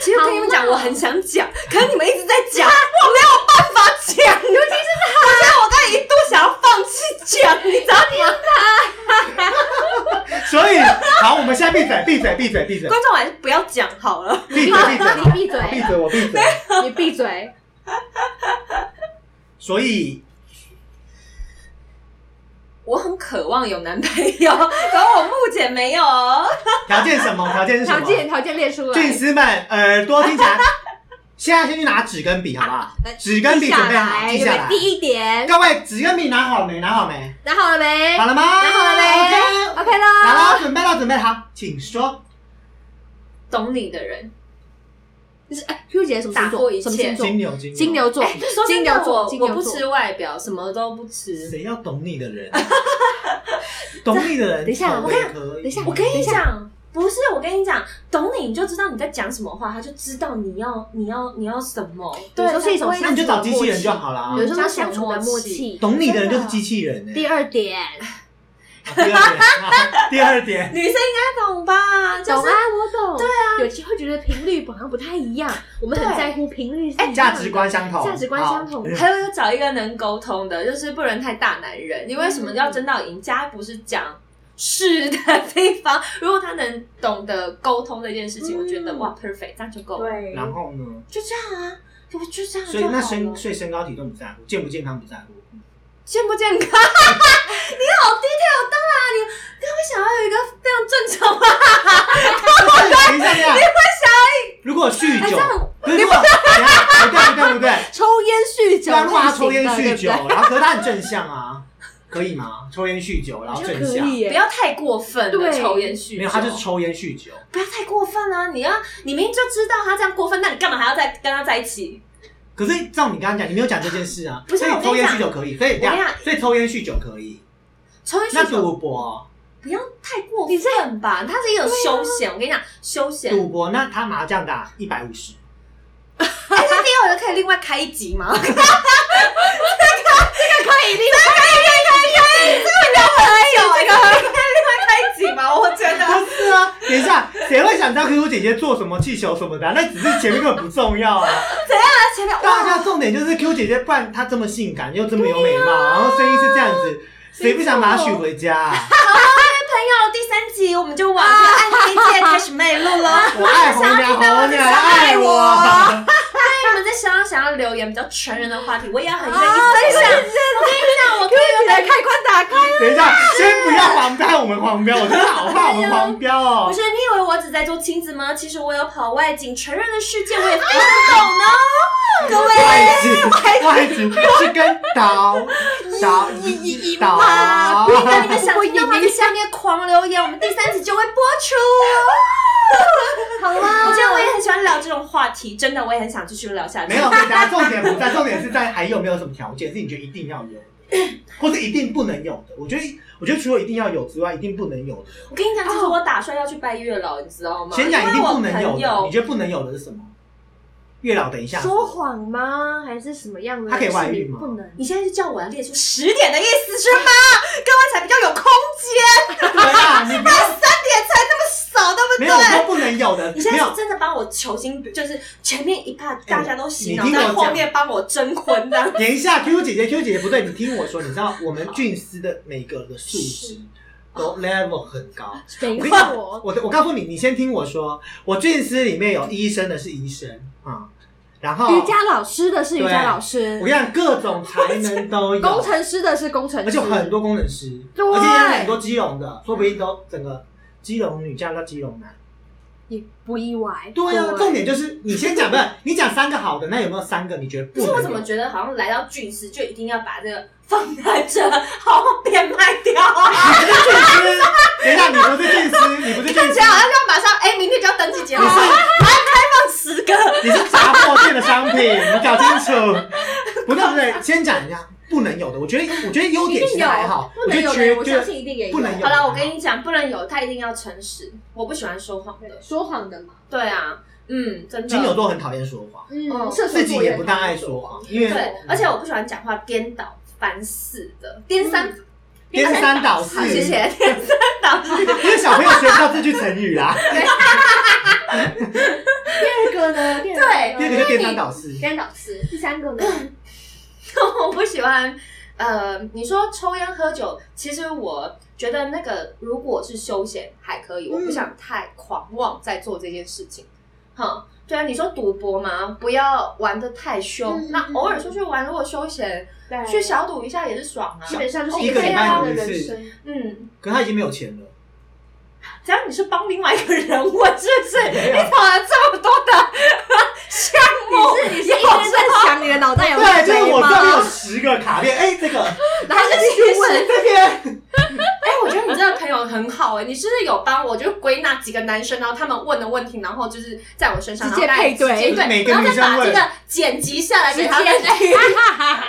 Speaker 3: 其实跟你们讲，
Speaker 2: 好啦
Speaker 3: 我很想讲，可是你们一直在 讲，我没有办法讲。尤其是他，我觉得我刚才一度想要放弃讲，你知道吗？
Speaker 1: 所以好，我们现在闭嘴，闭嘴，闭嘴，闭嘴，
Speaker 3: 观众还是不要讲好了。
Speaker 1: 闭 嘴，闭嘴，啊
Speaker 2: 你闭嘴
Speaker 1: 好闭嘴，我闭嘴。
Speaker 2: 你闭嘴，
Speaker 1: 所以
Speaker 3: 我很渴望有男朋友，可我目前没有。
Speaker 1: 条件什么？条件是什
Speaker 2: 条
Speaker 1: 么？
Speaker 2: 件条件列出来，
Speaker 1: 俊师们，耳朵听起来， 现在先去拿纸跟笔，好不好
Speaker 2: 来？
Speaker 1: 纸跟笔
Speaker 2: 下
Speaker 1: 准备好，
Speaker 2: 来，
Speaker 1: 呃记
Speaker 2: 有
Speaker 1: 下
Speaker 2: 没有
Speaker 1: 来。
Speaker 2: 第一点，
Speaker 1: 各位，纸跟笔拿好了没？拿好没？
Speaker 2: 拿好了没？
Speaker 1: 好了吗？
Speaker 2: 拿好了没
Speaker 1: OK，
Speaker 2: ？OK
Speaker 1: 拿
Speaker 2: 啦，
Speaker 1: 了，准备了，准备了好，请说。
Speaker 3: 懂你的人，
Speaker 2: 就是哎，Q 姐什么
Speaker 3: 打
Speaker 2: 星
Speaker 3: 破
Speaker 2: 座？
Speaker 3: 一
Speaker 2: 什么
Speaker 3: 切
Speaker 2: 星座？
Speaker 1: 金牛，金牛，
Speaker 2: 金牛座
Speaker 3: 哎，说，
Speaker 2: 金
Speaker 3: 真
Speaker 2: 牛
Speaker 3: 的，
Speaker 2: 座
Speaker 3: 我，
Speaker 2: 金
Speaker 3: 我
Speaker 2: 牛
Speaker 3: 不
Speaker 2: 座
Speaker 3: 吃外表，什么都不吃。
Speaker 1: 谁要懂你的 人？懂你的人，
Speaker 2: 等一下
Speaker 1: 懂
Speaker 2: 我
Speaker 1: 得
Speaker 3: 看
Speaker 1: 可以
Speaker 2: 等一下
Speaker 3: 我跟你讲，不是我跟你讲，懂你你就知道你在讲什么话，他就知道你要你要你要什么。
Speaker 2: 对
Speaker 3: 他
Speaker 2: 这是一种
Speaker 3: 不会
Speaker 2: 相
Speaker 1: 那你就找机器人就好啦
Speaker 2: 有。时候相处的默契。
Speaker 1: 懂你的人就是机器人呢。
Speaker 2: 第二点，
Speaker 1: 啊第二点，啊 第
Speaker 2: 哎
Speaker 1: 二点，
Speaker 3: 女生应该懂吧？就
Speaker 2: 懂
Speaker 3: 是
Speaker 2: 啊，我懂。对啊，有些会觉得频率好像不太一样，我们很
Speaker 3: 对
Speaker 2: 在乎频率是一样的
Speaker 1: 哎价值观相同，
Speaker 2: 价值观相同
Speaker 1: 好。
Speaker 3: 还有找一个能沟通的，就是不能太大男人，因为什么叫争到赢？家不是讲是的地方，如果他能懂得沟通这件事情，
Speaker 2: 嗯
Speaker 3: 我觉得哇，perfect，这样就够了，
Speaker 2: 对
Speaker 1: 然后呢？
Speaker 3: 就这样啊，我就这样
Speaker 1: 所
Speaker 3: 就
Speaker 1: 以
Speaker 3: 好
Speaker 1: 那
Speaker 3: 了。
Speaker 1: 身，所以身高体重不在乎，健不健康不在乎。
Speaker 3: 健不健康？你 好低调，当然啊你你会想要有一个非常正常吗？
Speaker 1: 等一下，等一下，如果酗
Speaker 2: 哎
Speaker 1: 酒，不是如果等一下不对不对不对，
Speaker 2: 抽烟酗酒
Speaker 1: 对啊，如果他
Speaker 2: 类型
Speaker 1: 抽
Speaker 2: 的，
Speaker 1: 烟酗酒
Speaker 2: 对不，
Speaker 1: 然后可是他很正向啊，可以吗？抽烟酗酒，然后
Speaker 2: 对
Speaker 1: 正
Speaker 2: 我觉得可
Speaker 1: 向，
Speaker 2: 以
Speaker 3: 不
Speaker 2: 耶。
Speaker 3: 要太过分了，
Speaker 2: 对
Speaker 3: 抽烟酗酒。
Speaker 1: 没有，他就是抽烟酗酒。
Speaker 3: 不要太过分啊！你要你明明就知道他这样过分，那你干嘛还要再跟他在一起？
Speaker 1: 可是照你刚刚讲，你没有讲这件事啊。
Speaker 3: 不是
Speaker 1: 所以
Speaker 3: 我跟你
Speaker 1: 抽烟
Speaker 3: 讲
Speaker 1: 酗酒可以，所以
Speaker 3: 我跟你讲
Speaker 1: 所以抽烟酗酒可以。
Speaker 3: 抽烟酗
Speaker 1: 那
Speaker 3: 酒
Speaker 1: 赌博，哦
Speaker 3: 不要太过分吧，它是一种休闲。我跟你
Speaker 1: 啊
Speaker 3: 讲，休闲，
Speaker 1: 赌博，那他麻将打一百五十，
Speaker 3: 哎，那第二个可以另外开一集吗？这个这个可以，这个可以，可以，可以，这个比较可以，这个可以另外开一集吗？我觉得
Speaker 1: 不是啊？等一下，谁会想知道 QQ 姐姐做什么气球什么的啊、那只是前面根本不重要啊。
Speaker 3: 那前面
Speaker 1: 大
Speaker 3: 哇，
Speaker 1: 家重点就是 Q 姐姐，不然她这么性感又这么有美貌，然后声音是这样子，谁不想把她娶回家、啊？
Speaker 3: 朋友，第三集我们就往这个暗黑界开始迈入了。
Speaker 1: 我爱红娘，红娘爱我。
Speaker 3: 那你哎们在想要想要留言比较成人的话题，我也很愿
Speaker 1: 啊
Speaker 3: 意分享。我跟你讲，我可以
Speaker 2: 来开关打开，
Speaker 1: 等一下，先不要黄标，我们黄标，我真的好怕我们黄标
Speaker 3: 不
Speaker 1: 哦。
Speaker 3: 是，你以哎为我只在做亲子吗？其实我有跑外景，成人的世界我也不懂呢。各位，
Speaker 1: 外籍，外籍是跟岛岛岛
Speaker 3: 啊！不然你们
Speaker 2: 不
Speaker 3: 想
Speaker 2: 会
Speaker 3: 听的话，
Speaker 2: 你
Speaker 3: 在下面狂留言，我们第三集就会播出。
Speaker 2: 好啦。
Speaker 3: 我觉得我也很喜欢聊这种话题，真的，我也很想继续聊下去。
Speaker 1: 没有，大家重点不在，重点是在还有没有什么条件是你觉得一定要有的，或是一定不能有的。我觉得，我觉得除了一定要有之外，一定不能有的。
Speaker 3: 我跟你讲，其实我打算要去拜月老，你知道吗？
Speaker 1: 先讲一定不能有
Speaker 3: 因为
Speaker 1: 的，
Speaker 3: 我朋
Speaker 1: 你
Speaker 3: 友
Speaker 1: 觉得不能有的是什么？月老，等一下，
Speaker 2: 说谎吗？还是什么样的？
Speaker 1: 他可以外遇吗
Speaker 2: 不能。
Speaker 3: 你现在是叫我要列出十点的意思是吗？各位才比较有空间，
Speaker 1: 对啊，你不要
Speaker 3: 三点才那么少，到对不
Speaker 1: 没有
Speaker 3: 对？
Speaker 1: 都不能有的，
Speaker 3: 你现
Speaker 1: 没
Speaker 3: 在
Speaker 1: 有哎
Speaker 3: 是真的帮我求心，就是前面一 part 大家都洗脑，
Speaker 1: 你听我
Speaker 3: 但
Speaker 1: 讲
Speaker 3: 后面帮我征婚 这样。
Speaker 1: 等一下，Q 姐姐，Q 姐姐不对，你听我说，你知道我们俊司的每个的素
Speaker 3: 是
Speaker 1: 质都 level 很高。
Speaker 2: 没
Speaker 1: 我跟你讲，
Speaker 2: 错，
Speaker 1: 我我告诉你，你先听我说，我俊司里面有医生的是医生啊、嗯然后
Speaker 2: 瑜伽老师的是瑜伽
Speaker 1: 对
Speaker 2: 老
Speaker 1: 我
Speaker 2: 师
Speaker 1: 跟你，讲，各种才能都有，
Speaker 2: 工程师的是工程师，
Speaker 1: 而且有很多工程师，
Speaker 2: 对
Speaker 1: 而且也有很多基隆的，说不定都整个基隆女嫁到基隆男。
Speaker 2: 也不意外。
Speaker 1: 对啊，重点就是你先讲，不是你讲三个好的，那有没有三个你觉得不能
Speaker 3: 可是
Speaker 1: 有？
Speaker 3: 我怎么觉得好像来到俊师就一定要把这个放在这， 好像变卖掉啊？
Speaker 1: 你不是俊师？等一下，你不是俊师，你不是俊
Speaker 3: 看
Speaker 1: 师
Speaker 3: 起来，好像要马上，哎、明天就要登记结
Speaker 1: 你
Speaker 3: 婚，
Speaker 1: 是
Speaker 2: 啊
Speaker 3: 放十个。
Speaker 1: 你是杂货店的商品，你搞清楚。不对不 对，先讲一下不能有的。我觉得我觉得优点其实还好，
Speaker 2: 一定有
Speaker 1: 我觉得觉
Speaker 2: 不能有的我相
Speaker 1: 得
Speaker 2: 信一定也有
Speaker 1: 不能有。
Speaker 3: 好了，我跟你讲，不能有，他一定要诚实。我不喜欢说谎的。
Speaker 2: 说谎的嘛，
Speaker 3: 对啊，嗯，真的。
Speaker 1: 金牛座很讨厌说谎，
Speaker 2: 嗯，
Speaker 3: 嗯
Speaker 2: 射手座
Speaker 1: 自己也不大爱说谎，因为
Speaker 3: 对，而且我不喜欢讲话颠倒翻四的，颠三
Speaker 1: 嗯颠三倒四，
Speaker 3: 谢谢，颠三倒四。
Speaker 1: 因为小朋友学不到这句成语 啦。
Speaker 2: 第二个呢？第
Speaker 3: 对
Speaker 1: 第二个就颠三倒四，
Speaker 2: 颠倒四，第三个呢？
Speaker 3: 我不喜欢。呃，你说抽烟喝酒，其实我觉得那个如果是休闲还可以，我不
Speaker 2: 嗯
Speaker 3: 想太狂妄在做这件事情。哼，对啊，你说赌博嘛，不要玩的太凶，
Speaker 2: 嗯
Speaker 3: 那偶尔出去玩，如果休闲
Speaker 2: 对
Speaker 3: 去小赌一下也是爽啊。
Speaker 2: 基本上就是
Speaker 1: 一个
Speaker 2: 哦个
Speaker 1: 礼
Speaker 2: 这
Speaker 1: 拜
Speaker 2: 样
Speaker 1: 赌
Speaker 2: 的
Speaker 1: 一
Speaker 2: 人
Speaker 1: 次
Speaker 2: 生。
Speaker 3: 嗯，
Speaker 1: 可是他已经没有钱了。
Speaker 3: 只要你是帮另外一个人，我是不是？你
Speaker 2: 啊
Speaker 3: 怎么这么多的 项目？
Speaker 2: 你是你是一边在想你的脑袋有
Speaker 1: 对，啊就是
Speaker 2: 谁
Speaker 1: 我
Speaker 2: 吗？
Speaker 1: 这边有十个卡片，哎，这个
Speaker 2: 然后就去问，
Speaker 1: 这边
Speaker 3: 哎、我觉得你这个朋友很好哎、你是不是有帮我就归纳几个男生，然后他们问的问题，然后就是在我身上
Speaker 2: 直接
Speaker 3: 然后大家
Speaker 2: 配对
Speaker 3: 直接
Speaker 1: 每个
Speaker 3: 然
Speaker 1: 女
Speaker 3: 后再
Speaker 1: 生
Speaker 3: 把这
Speaker 1: 问
Speaker 3: 个剪辑下来
Speaker 2: 直
Speaker 3: 给他们。
Speaker 2: 接。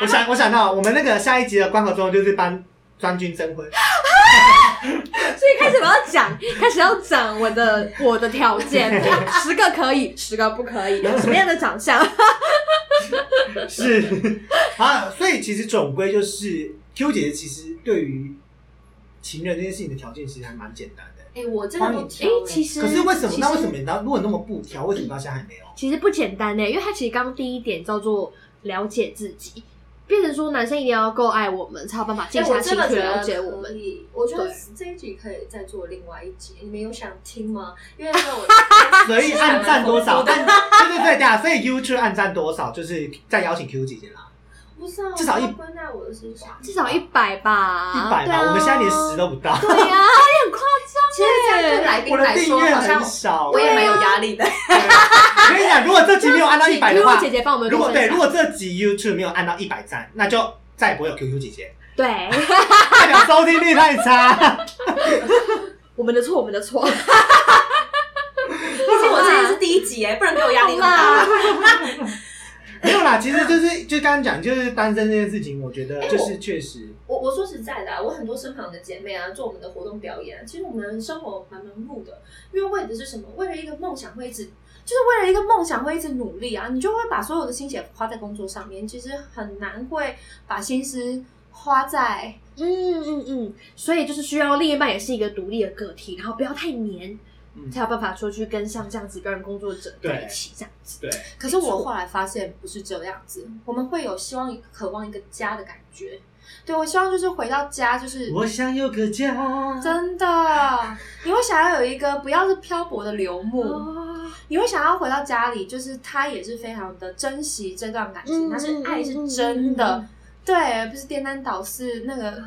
Speaker 1: 我想我想到我们那个下一集的关口中就是帮张军征婚，
Speaker 2: 所以开始我要讲，开始要讲我的我的条 件，十个可以，十个不可以，什么样的长相？
Speaker 1: 是啊，所以其实总归就是 Q 姐姐其实对于情人这件事情的条件其实还蛮简单的。
Speaker 3: 哎、我真的不挑、
Speaker 2: 诶
Speaker 3: 欸。
Speaker 2: 实
Speaker 1: 可是为什么？
Speaker 2: 其实
Speaker 1: 那为什么你到如果那么不挑，为什么到现在还 没有？
Speaker 2: 其实不简单呢，因为他其实刚刚第一点叫做了解自己，变成说男生一定要够爱我们，才有办法静
Speaker 3: 哎我
Speaker 2: 下
Speaker 3: 真
Speaker 2: 心
Speaker 3: 的
Speaker 2: 去
Speaker 3: 觉
Speaker 2: 了
Speaker 3: 得
Speaker 2: 解我
Speaker 3: 可
Speaker 2: 们。
Speaker 3: 以，我觉得
Speaker 2: 对
Speaker 3: 这一集可以再做另外一集。你们有想听吗？因为那我
Speaker 1: 所以按赞多少？
Speaker 3: 我觉得
Speaker 1: 按 对对对对啊！所以 YouTube 按赞多少，就是再邀请 Q 姐姐啦，
Speaker 3: 不是啊，
Speaker 1: 至少一
Speaker 3: 我要归纳我的身上。
Speaker 2: 至少一百吧，
Speaker 1: 一百
Speaker 2: 对啊
Speaker 1: 吧，我们现在连十都不到。
Speaker 2: 对啊 哎呀、也很夸
Speaker 3: 其实这样对来宾
Speaker 1: 我的
Speaker 3: 来
Speaker 1: 订
Speaker 3: 说，
Speaker 1: 阅
Speaker 3: 好像
Speaker 1: 很少，欸
Speaker 3: 我也蛮有压力的。
Speaker 1: 我跟你讲，如果这集没有按到
Speaker 2: 张。
Speaker 1: 一百的
Speaker 2: 如果
Speaker 1: 话，
Speaker 2: 姐啊姐帮我们
Speaker 1: 如
Speaker 2: 做
Speaker 1: 果对，
Speaker 2: 分
Speaker 1: 如果
Speaker 2: 享，
Speaker 1: 这集 YouTube 没有按到一百赞，那就再也不会有 QQ 姐姐，
Speaker 2: 对，
Speaker 1: 代表收听率太差。
Speaker 2: 我们的错，我们的错。
Speaker 3: 毕竟我今天是第一集哎、不能给我压力那么
Speaker 2: 好
Speaker 3: 大。
Speaker 1: 没有啦，其实就是就刚刚讲，就是单身这件事情，我觉得就是确实，
Speaker 3: 我我说实在的、啊，我很多身旁的姐妹啊，做我们的活动表演、啊，其实我们生活蛮忙碌的，因为为的是什么？为了一个梦想会一直，就是为了一个梦想会一直努力啊，你就会把所有的心血花在工作上面，其实很难会把心思花在
Speaker 2: 嗯嗯嗯，所以就是需要另一半也是一个独立的个体，然后不要太黏，
Speaker 1: 嗯
Speaker 2: 才有办法说去跟像这样子表演工作者在一起这样子。
Speaker 1: 对，
Speaker 3: 可是我后来发现不是这样子，我们会有希望、渴望一个家的感觉。对我希望就是回到家，就是
Speaker 1: 我想有个家，
Speaker 3: 真的，你会想要有一个不要是漂泊的流木。
Speaker 1: 啊
Speaker 2: 哦
Speaker 3: 你会想要回到家里，就是他也是非常的珍惜这段感
Speaker 2: 嗯
Speaker 3: 情，他是
Speaker 2: 嗯
Speaker 3: 爱
Speaker 2: 嗯
Speaker 3: 是
Speaker 2: 嗯
Speaker 3: 真的，
Speaker 2: 嗯
Speaker 3: 对，不是颠三倒四那个。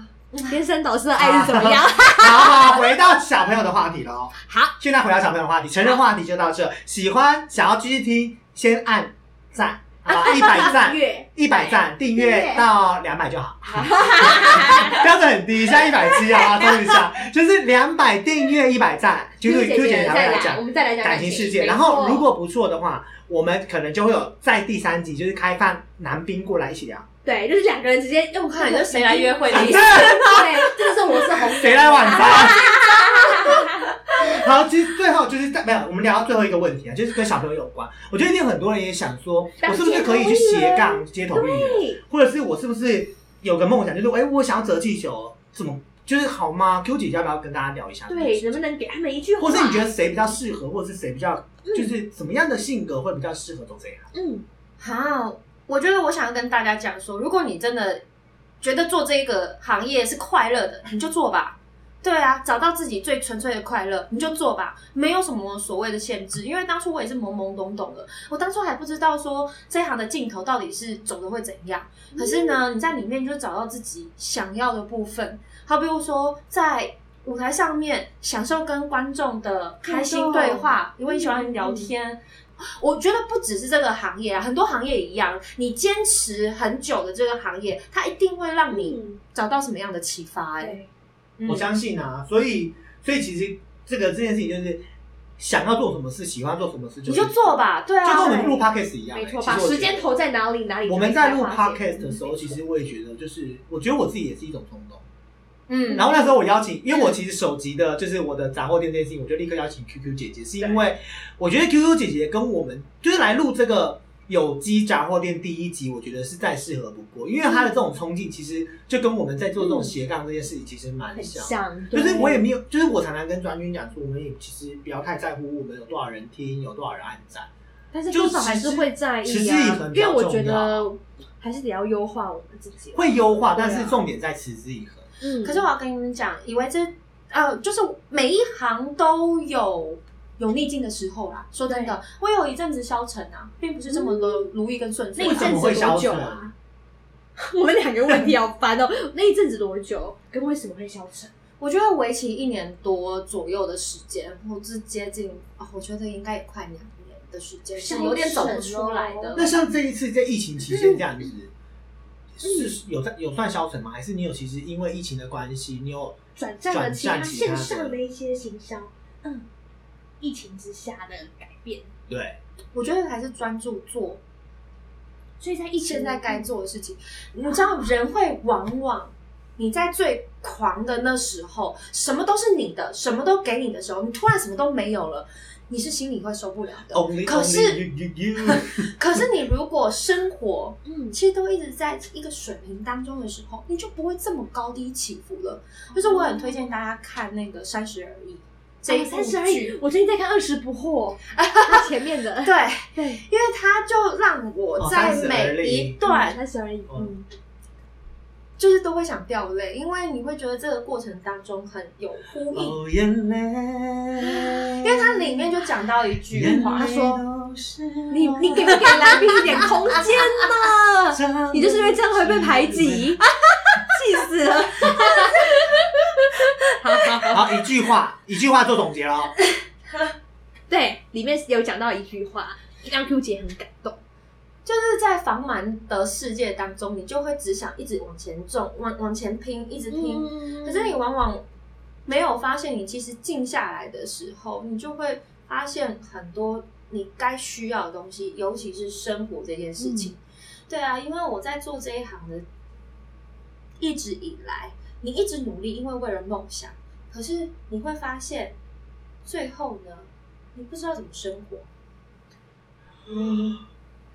Speaker 2: 天生导师的爱是怎么样？
Speaker 1: 好好，回到小朋友的话题喽。
Speaker 2: 好，
Speaker 1: 现在回到小朋友的话题，成人话题就到这。喜欢想要继续听，先按赞，好 吧？一百赞，
Speaker 2: 月
Speaker 1: 一百赞，订
Speaker 2: 订
Speaker 1: 阅
Speaker 2: 阅
Speaker 1: 到两百就好。 标准很低，现在一百七啊，终于下，就是两百订阅一百赞， 就是
Speaker 2: 姐
Speaker 1: Q 姐
Speaker 2: 姐
Speaker 1: 才
Speaker 2: 再
Speaker 1: 会来
Speaker 2: 来，我
Speaker 1: 讲
Speaker 2: 们再来讲
Speaker 1: 感情世界。然后如果不错的话，我们可能就会有在第三集就是开放男宾过来一起聊，
Speaker 2: 对，就是两个人直接用
Speaker 3: 看你是谁来约会的
Speaker 1: 反
Speaker 3: 意
Speaker 1: 正
Speaker 3: 思。
Speaker 2: 对，这个是我是红
Speaker 1: 谁来晚餐？ 好，其实最后就是在没有，我们聊到最后一个问题啊，就是跟小朋友有关。我觉得一定很多人也想说，我是不是可以去斜杠街头艺人，
Speaker 2: 对
Speaker 1: 或者是我是不是有个梦想，就是哎、我想要折气球，怎么就是好吗？Q 姐姐要不要跟大家聊一下？
Speaker 2: 对，，能不能给他们一句话？
Speaker 1: 或是你觉得谁比较适合，或者是谁比较就是什么样的性格会比较适合走这一行？
Speaker 2: 嗯，
Speaker 3: 好，我觉得我想要跟大家讲说，如果你真的觉得做这个行业是快乐的，你就做吧。对啊，找到自己最纯粹的快乐，你就做吧，没有什么所谓的限制。因为当初我也是懵懵懂懂的，我当初还不知道说这一行的尽头到底是走的会怎样。可是呢，你在里面就找到自己想要的部分，好比如说在舞台上面享受跟观众的开心对话，因为你喜欢聊天。我觉得不只是这个行业啊，很多行业一样，你坚持很久的这个行业，它一定会让你
Speaker 2: 嗯，
Speaker 3: 找到什么样的启发、哎、
Speaker 2: 对，
Speaker 3: 嗯
Speaker 1: 我相信啊，所以所以其实这个这件事情就是想要做什么事，喜欢做什么事，
Speaker 3: 你就做，吧，对
Speaker 1: 就
Speaker 3: 啊，
Speaker 1: 跟我们录 podcast 一样、
Speaker 2: 没错，
Speaker 1: 其实我
Speaker 2: 把
Speaker 1: 觉得
Speaker 2: 时间投在哪里，哪里
Speaker 1: 我们在录 podcast
Speaker 2: 开
Speaker 1: 的时候，其实我也觉得，就是我觉得我自己也是一种冲动。
Speaker 3: 嗯，
Speaker 1: 然后那时候我邀请，因为我其实手机的，就是我的杂货店这件事情，我就立刻邀请
Speaker 3: 嗯
Speaker 1: QQ 姐姐，是因为我觉得 QQ 姐姐跟我们就是来录这个有机杂货店第一集，我觉得是再适合不过，因为她的这种冲劲，其实就跟我们在
Speaker 3: 嗯
Speaker 1: 做这种斜杠这件事情其实蛮
Speaker 2: 很
Speaker 1: 像。
Speaker 2: 像，
Speaker 1: 就是
Speaker 2: 对
Speaker 1: 我也没有，就是我常常跟专军讲说，我们也其实不要太在乎我们有多少人听，有多少人按赞。
Speaker 2: 但是
Speaker 1: 就
Speaker 2: 多少还
Speaker 1: 持
Speaker 2: 是
Speaker 1: 之
Speaker 2: 会在
Speaker 1: 持之
Speaker 2: 意
Speaker 1: 以
Speaker 2: 啊
Speaker 1: 恒，比
Speaker 2: 因为
Speaker 1: 较
Speaker 2: 我
Speaker 1: 重
Speaker 2: 觉得
Speaker 1: 要
Speaker 2: 还是得要优化我们自己。
Speaker 1: 会优化，
Speaker 2: 对啊
Speaker 1: 但是重点在持之以恒。
Speaker 2: 嗯，
Speaker 3: 可是我要跟你们讲，以为这呃，就是每一行都有有逆境的时候啦。说真的，我有一阵子消沉啊，并不是这么的如意跟顺遂啊。
Speaker 2: 嗯那一
Speaker 1: 为什
Speaker 2: 阵
Speaker 1: 么
Speaker 2: 子
Speaker 1: 会
Speaker 2: 多
Speaker 1: 消
Speaker 2: 久
Speaker 1: 沉
Speaker 2: 啊？ 我们两个问题好烦哦。 那一阵子多久？跟为什么会消沉？
Speaker 3: 我觉得为期一年多左右的时间，或是接近，哦、我觉得应该也快两年的时间，是有点走不出来的。
Speaker 1: 那像这一次在疫情期间这样子，是有在有算消沉吗？还是你有其实因为疫情的关系，你有
Speaker 2: 转战了其他
Speaker 1: 转战其他
Speaker 2: 线
Speaker 1: 的
Speaker 2: 上的一些行销，嗯，疫情之下的改变，
Speaker 1: 对
Speaker 3: 我觉得还是专注做
Speaker 2: 所以在疫情
Speaker 3: 现在该做的事情。你知道，人会往往你在最狂的那时候，什么都是你的，什么都给你的时候，你突然什么都没有了，你是心里会受不了的。
Speaker 2: 哦
Speaker 1: ，only
Speaker 3: 可
Speaker 1: only
Speaker 3: 是，
Speaker 1: you you you，
Speaker 3: 可是你如果生活
Speaker 2: 嗯，
Speaker 3: 其实都一直在一个水平当中的时候，你就不会这么高低起伏了。就是我很推荐大家看那个《三十而已》这
Speaker 1: 哎
Speaker 3: 一部
Speaker 2: 哦三十而已
Speaker 3: 剧。。
Speaker 2: 我最近在看《二十不 惑》，它前面的，
Speaker 3: 对，
Speaker 2: 对，
Speaker 3: 因为它就让我
Speaker 1: 哦
Speaker 3: 在
Speaker 1: 32
Speaker 3: 每一段，
Speaker 2: 三十而已，嗯，
Speaker 3: 就是都会想掉泪，因为你会觉得这个过程当中很有呼应。
Speaker 1: 哦眼泪，
Speaker 3: 因为它里面就讲到一句
Speaker 1: 嗯
Speaker 3: 话，他说
Speaker 2: 你你给不给来宾一点空间呢？你就是因为这样会被 排。挤，气死了！好好好，
Speaker 1: 好，一句话，一句话做总结了。
Speaker 2: 对，里面有讲到一句话，让 Q 姐很感动。
Speaker 3: 就是在防蛮的世界当中，你就会只想一直往前种，往往前拼，
Speaker 1: 嗯
Speaker 3: 一直拼。
Speaker 2: 嗯
Speaker 3: 可是你往往没有发现，你其实静下来的时候，你就会发现很多你该需要的东西，尤其是生活这件事情。
Speaker 2: 嗯
Speaker 3: 对啊，因为我在做这一行的，一直以来，你一直努力，因为为了梦想。可是你会发现，最后呢，你不知道怎么生活。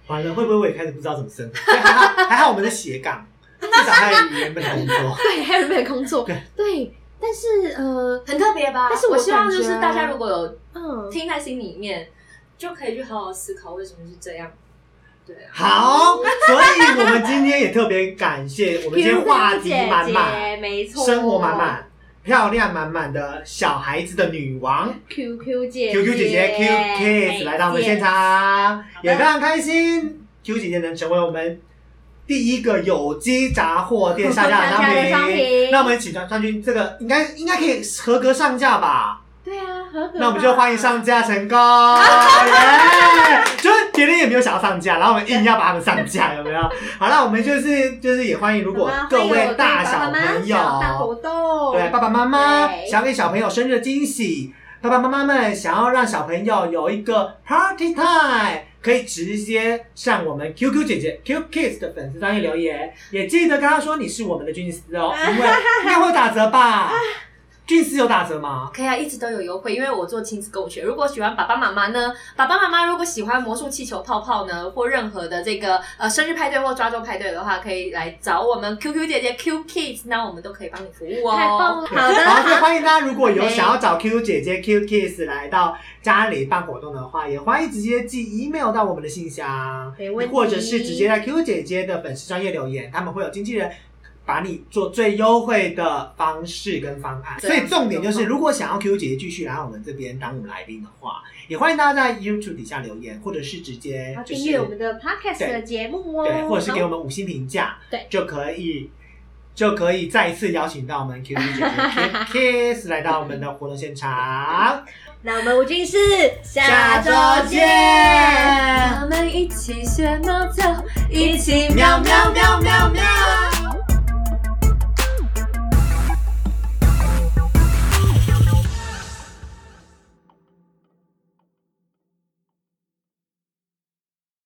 Speaker 1: 完了，会不会我也开始不知道怎么生活？还好，还好我们的斜 杠，至少还有原本的工作。
Speaker 2: 对，还有没有工作
Speaker 1: 对？
Speaker 2: 对，但是呃，
Speaker 3: 很特别吧？
Speaker 2: 但是我
Speaker 3: 我希望
Speaker 2: 感觉
Speaker 3: 就是大家如果有
Speaker 2: 嗯，
Speaker 3: 听在心里面，就可以去好好思考为什么是这样。对啊，
Speaker 1: 好，所以我们今天也特别感谢我们今天话题满满、，
Speaker 2: 没错，
Speaker 1: 生活满满、漂亮满满的小孩子的女王
Speaker 2: ，QQ 姐
Speaker 1: QQ 姐姐 Q Kiss 来到我们现，场，也非常开心。Q 姐姐能成为我们第一个有机杂货店上架
Speaker 2: 上架的
Speaker 1: 的
Speaker 2: 商
Speaker 1: 商
Speaker 2: 品
Speaker 1: 品，那我们请张张军，这个应该应该可以合格上架吧？
Speaker 2: 对啊，合格吧
Speaker 1: 那我们就欢迎上架成功，耶！就是别人也没有想要上架，然后我们硬要把他们上架，有没有？好了，我们就是就是也欢迎，如
Speaker 2: 好
Speaker 1: 果
Speaker 2: 吧
Speaker 1: 各
Speaker 2: 欢迎
Speaker 1: 位
Speaker 2: 我
Speaker 1: 大
Speaker 2: 对爸
Speaker 1: 小
Speaker 2: 爸妈妈
Speaker 1: 朋
Speaker 2: 小大活
Speaker 1: 友，
Speaker 2: 动，
Speaker 1: 对爸爸妈妈
Speaker 2: 对
Speaker 1: 想给小朋友生日惊喜，爸爸妈妈们想要让小朋友有一个 party time。可以直接上我们 QQ 姐姐 Q Kids 的粉丝专业留言，也记得跟他说你是我们的军师哦，因为应该会打折吧。俊师有打折吗？
Speaker 3: 可以啊，一直都有优惠，因为我做亲子购物学。如果喜欢爸爸妈妈呢，爸爸妈妈如果喜欢魔术气球泡泡呢，或任何的这个呃生日派对或抓周派对的话，可以来找我们 QQ 姐姐 Q Kids，那我们都可以帮你服务哦。
Speaker 2: 太棒了！好
Speaker 1: 好，
Speaker 2: 的，
Speaker 1: 所以欢迎大家如果有想要找 Q 姐姐 Q Kiss 来到家里办活动的话，也欢迎直接寄 email 到我们的信箱
Speaker 2: 没问，题
Speaker 1: 或者是直接在 Q 姐姐的粉丝专业留言，他们会有经纪人。把你做最优惠的方式跟方案，
Speaker 3: 对
Speaker 1: 所以重点就是，如果想要 Q 姐姐继续来我们这边当我们来宾的话，也欢迎大家在 YouTube 底下留言，或者是直接
Speaker 2: 好
Speaker 1: 就
Speaker 2: 订
Speaker 1: 是
Speaker 2: 阅我们的 podcast 的节目哦，
Speaker 1: 对，或者是给我们五星评价，
Speaker 2: 对，
Speaker 1: 就可以就可以再一次邀请到我们 Q Q 姐 姐 Kiss 来到我们的活动现场，
Speaker 2: 那我们吴军是
Speaker 1: 下周见，
Speaker 3: 我们一起学猫叫，一起
Speaker 1: 喵喵喵喵喵。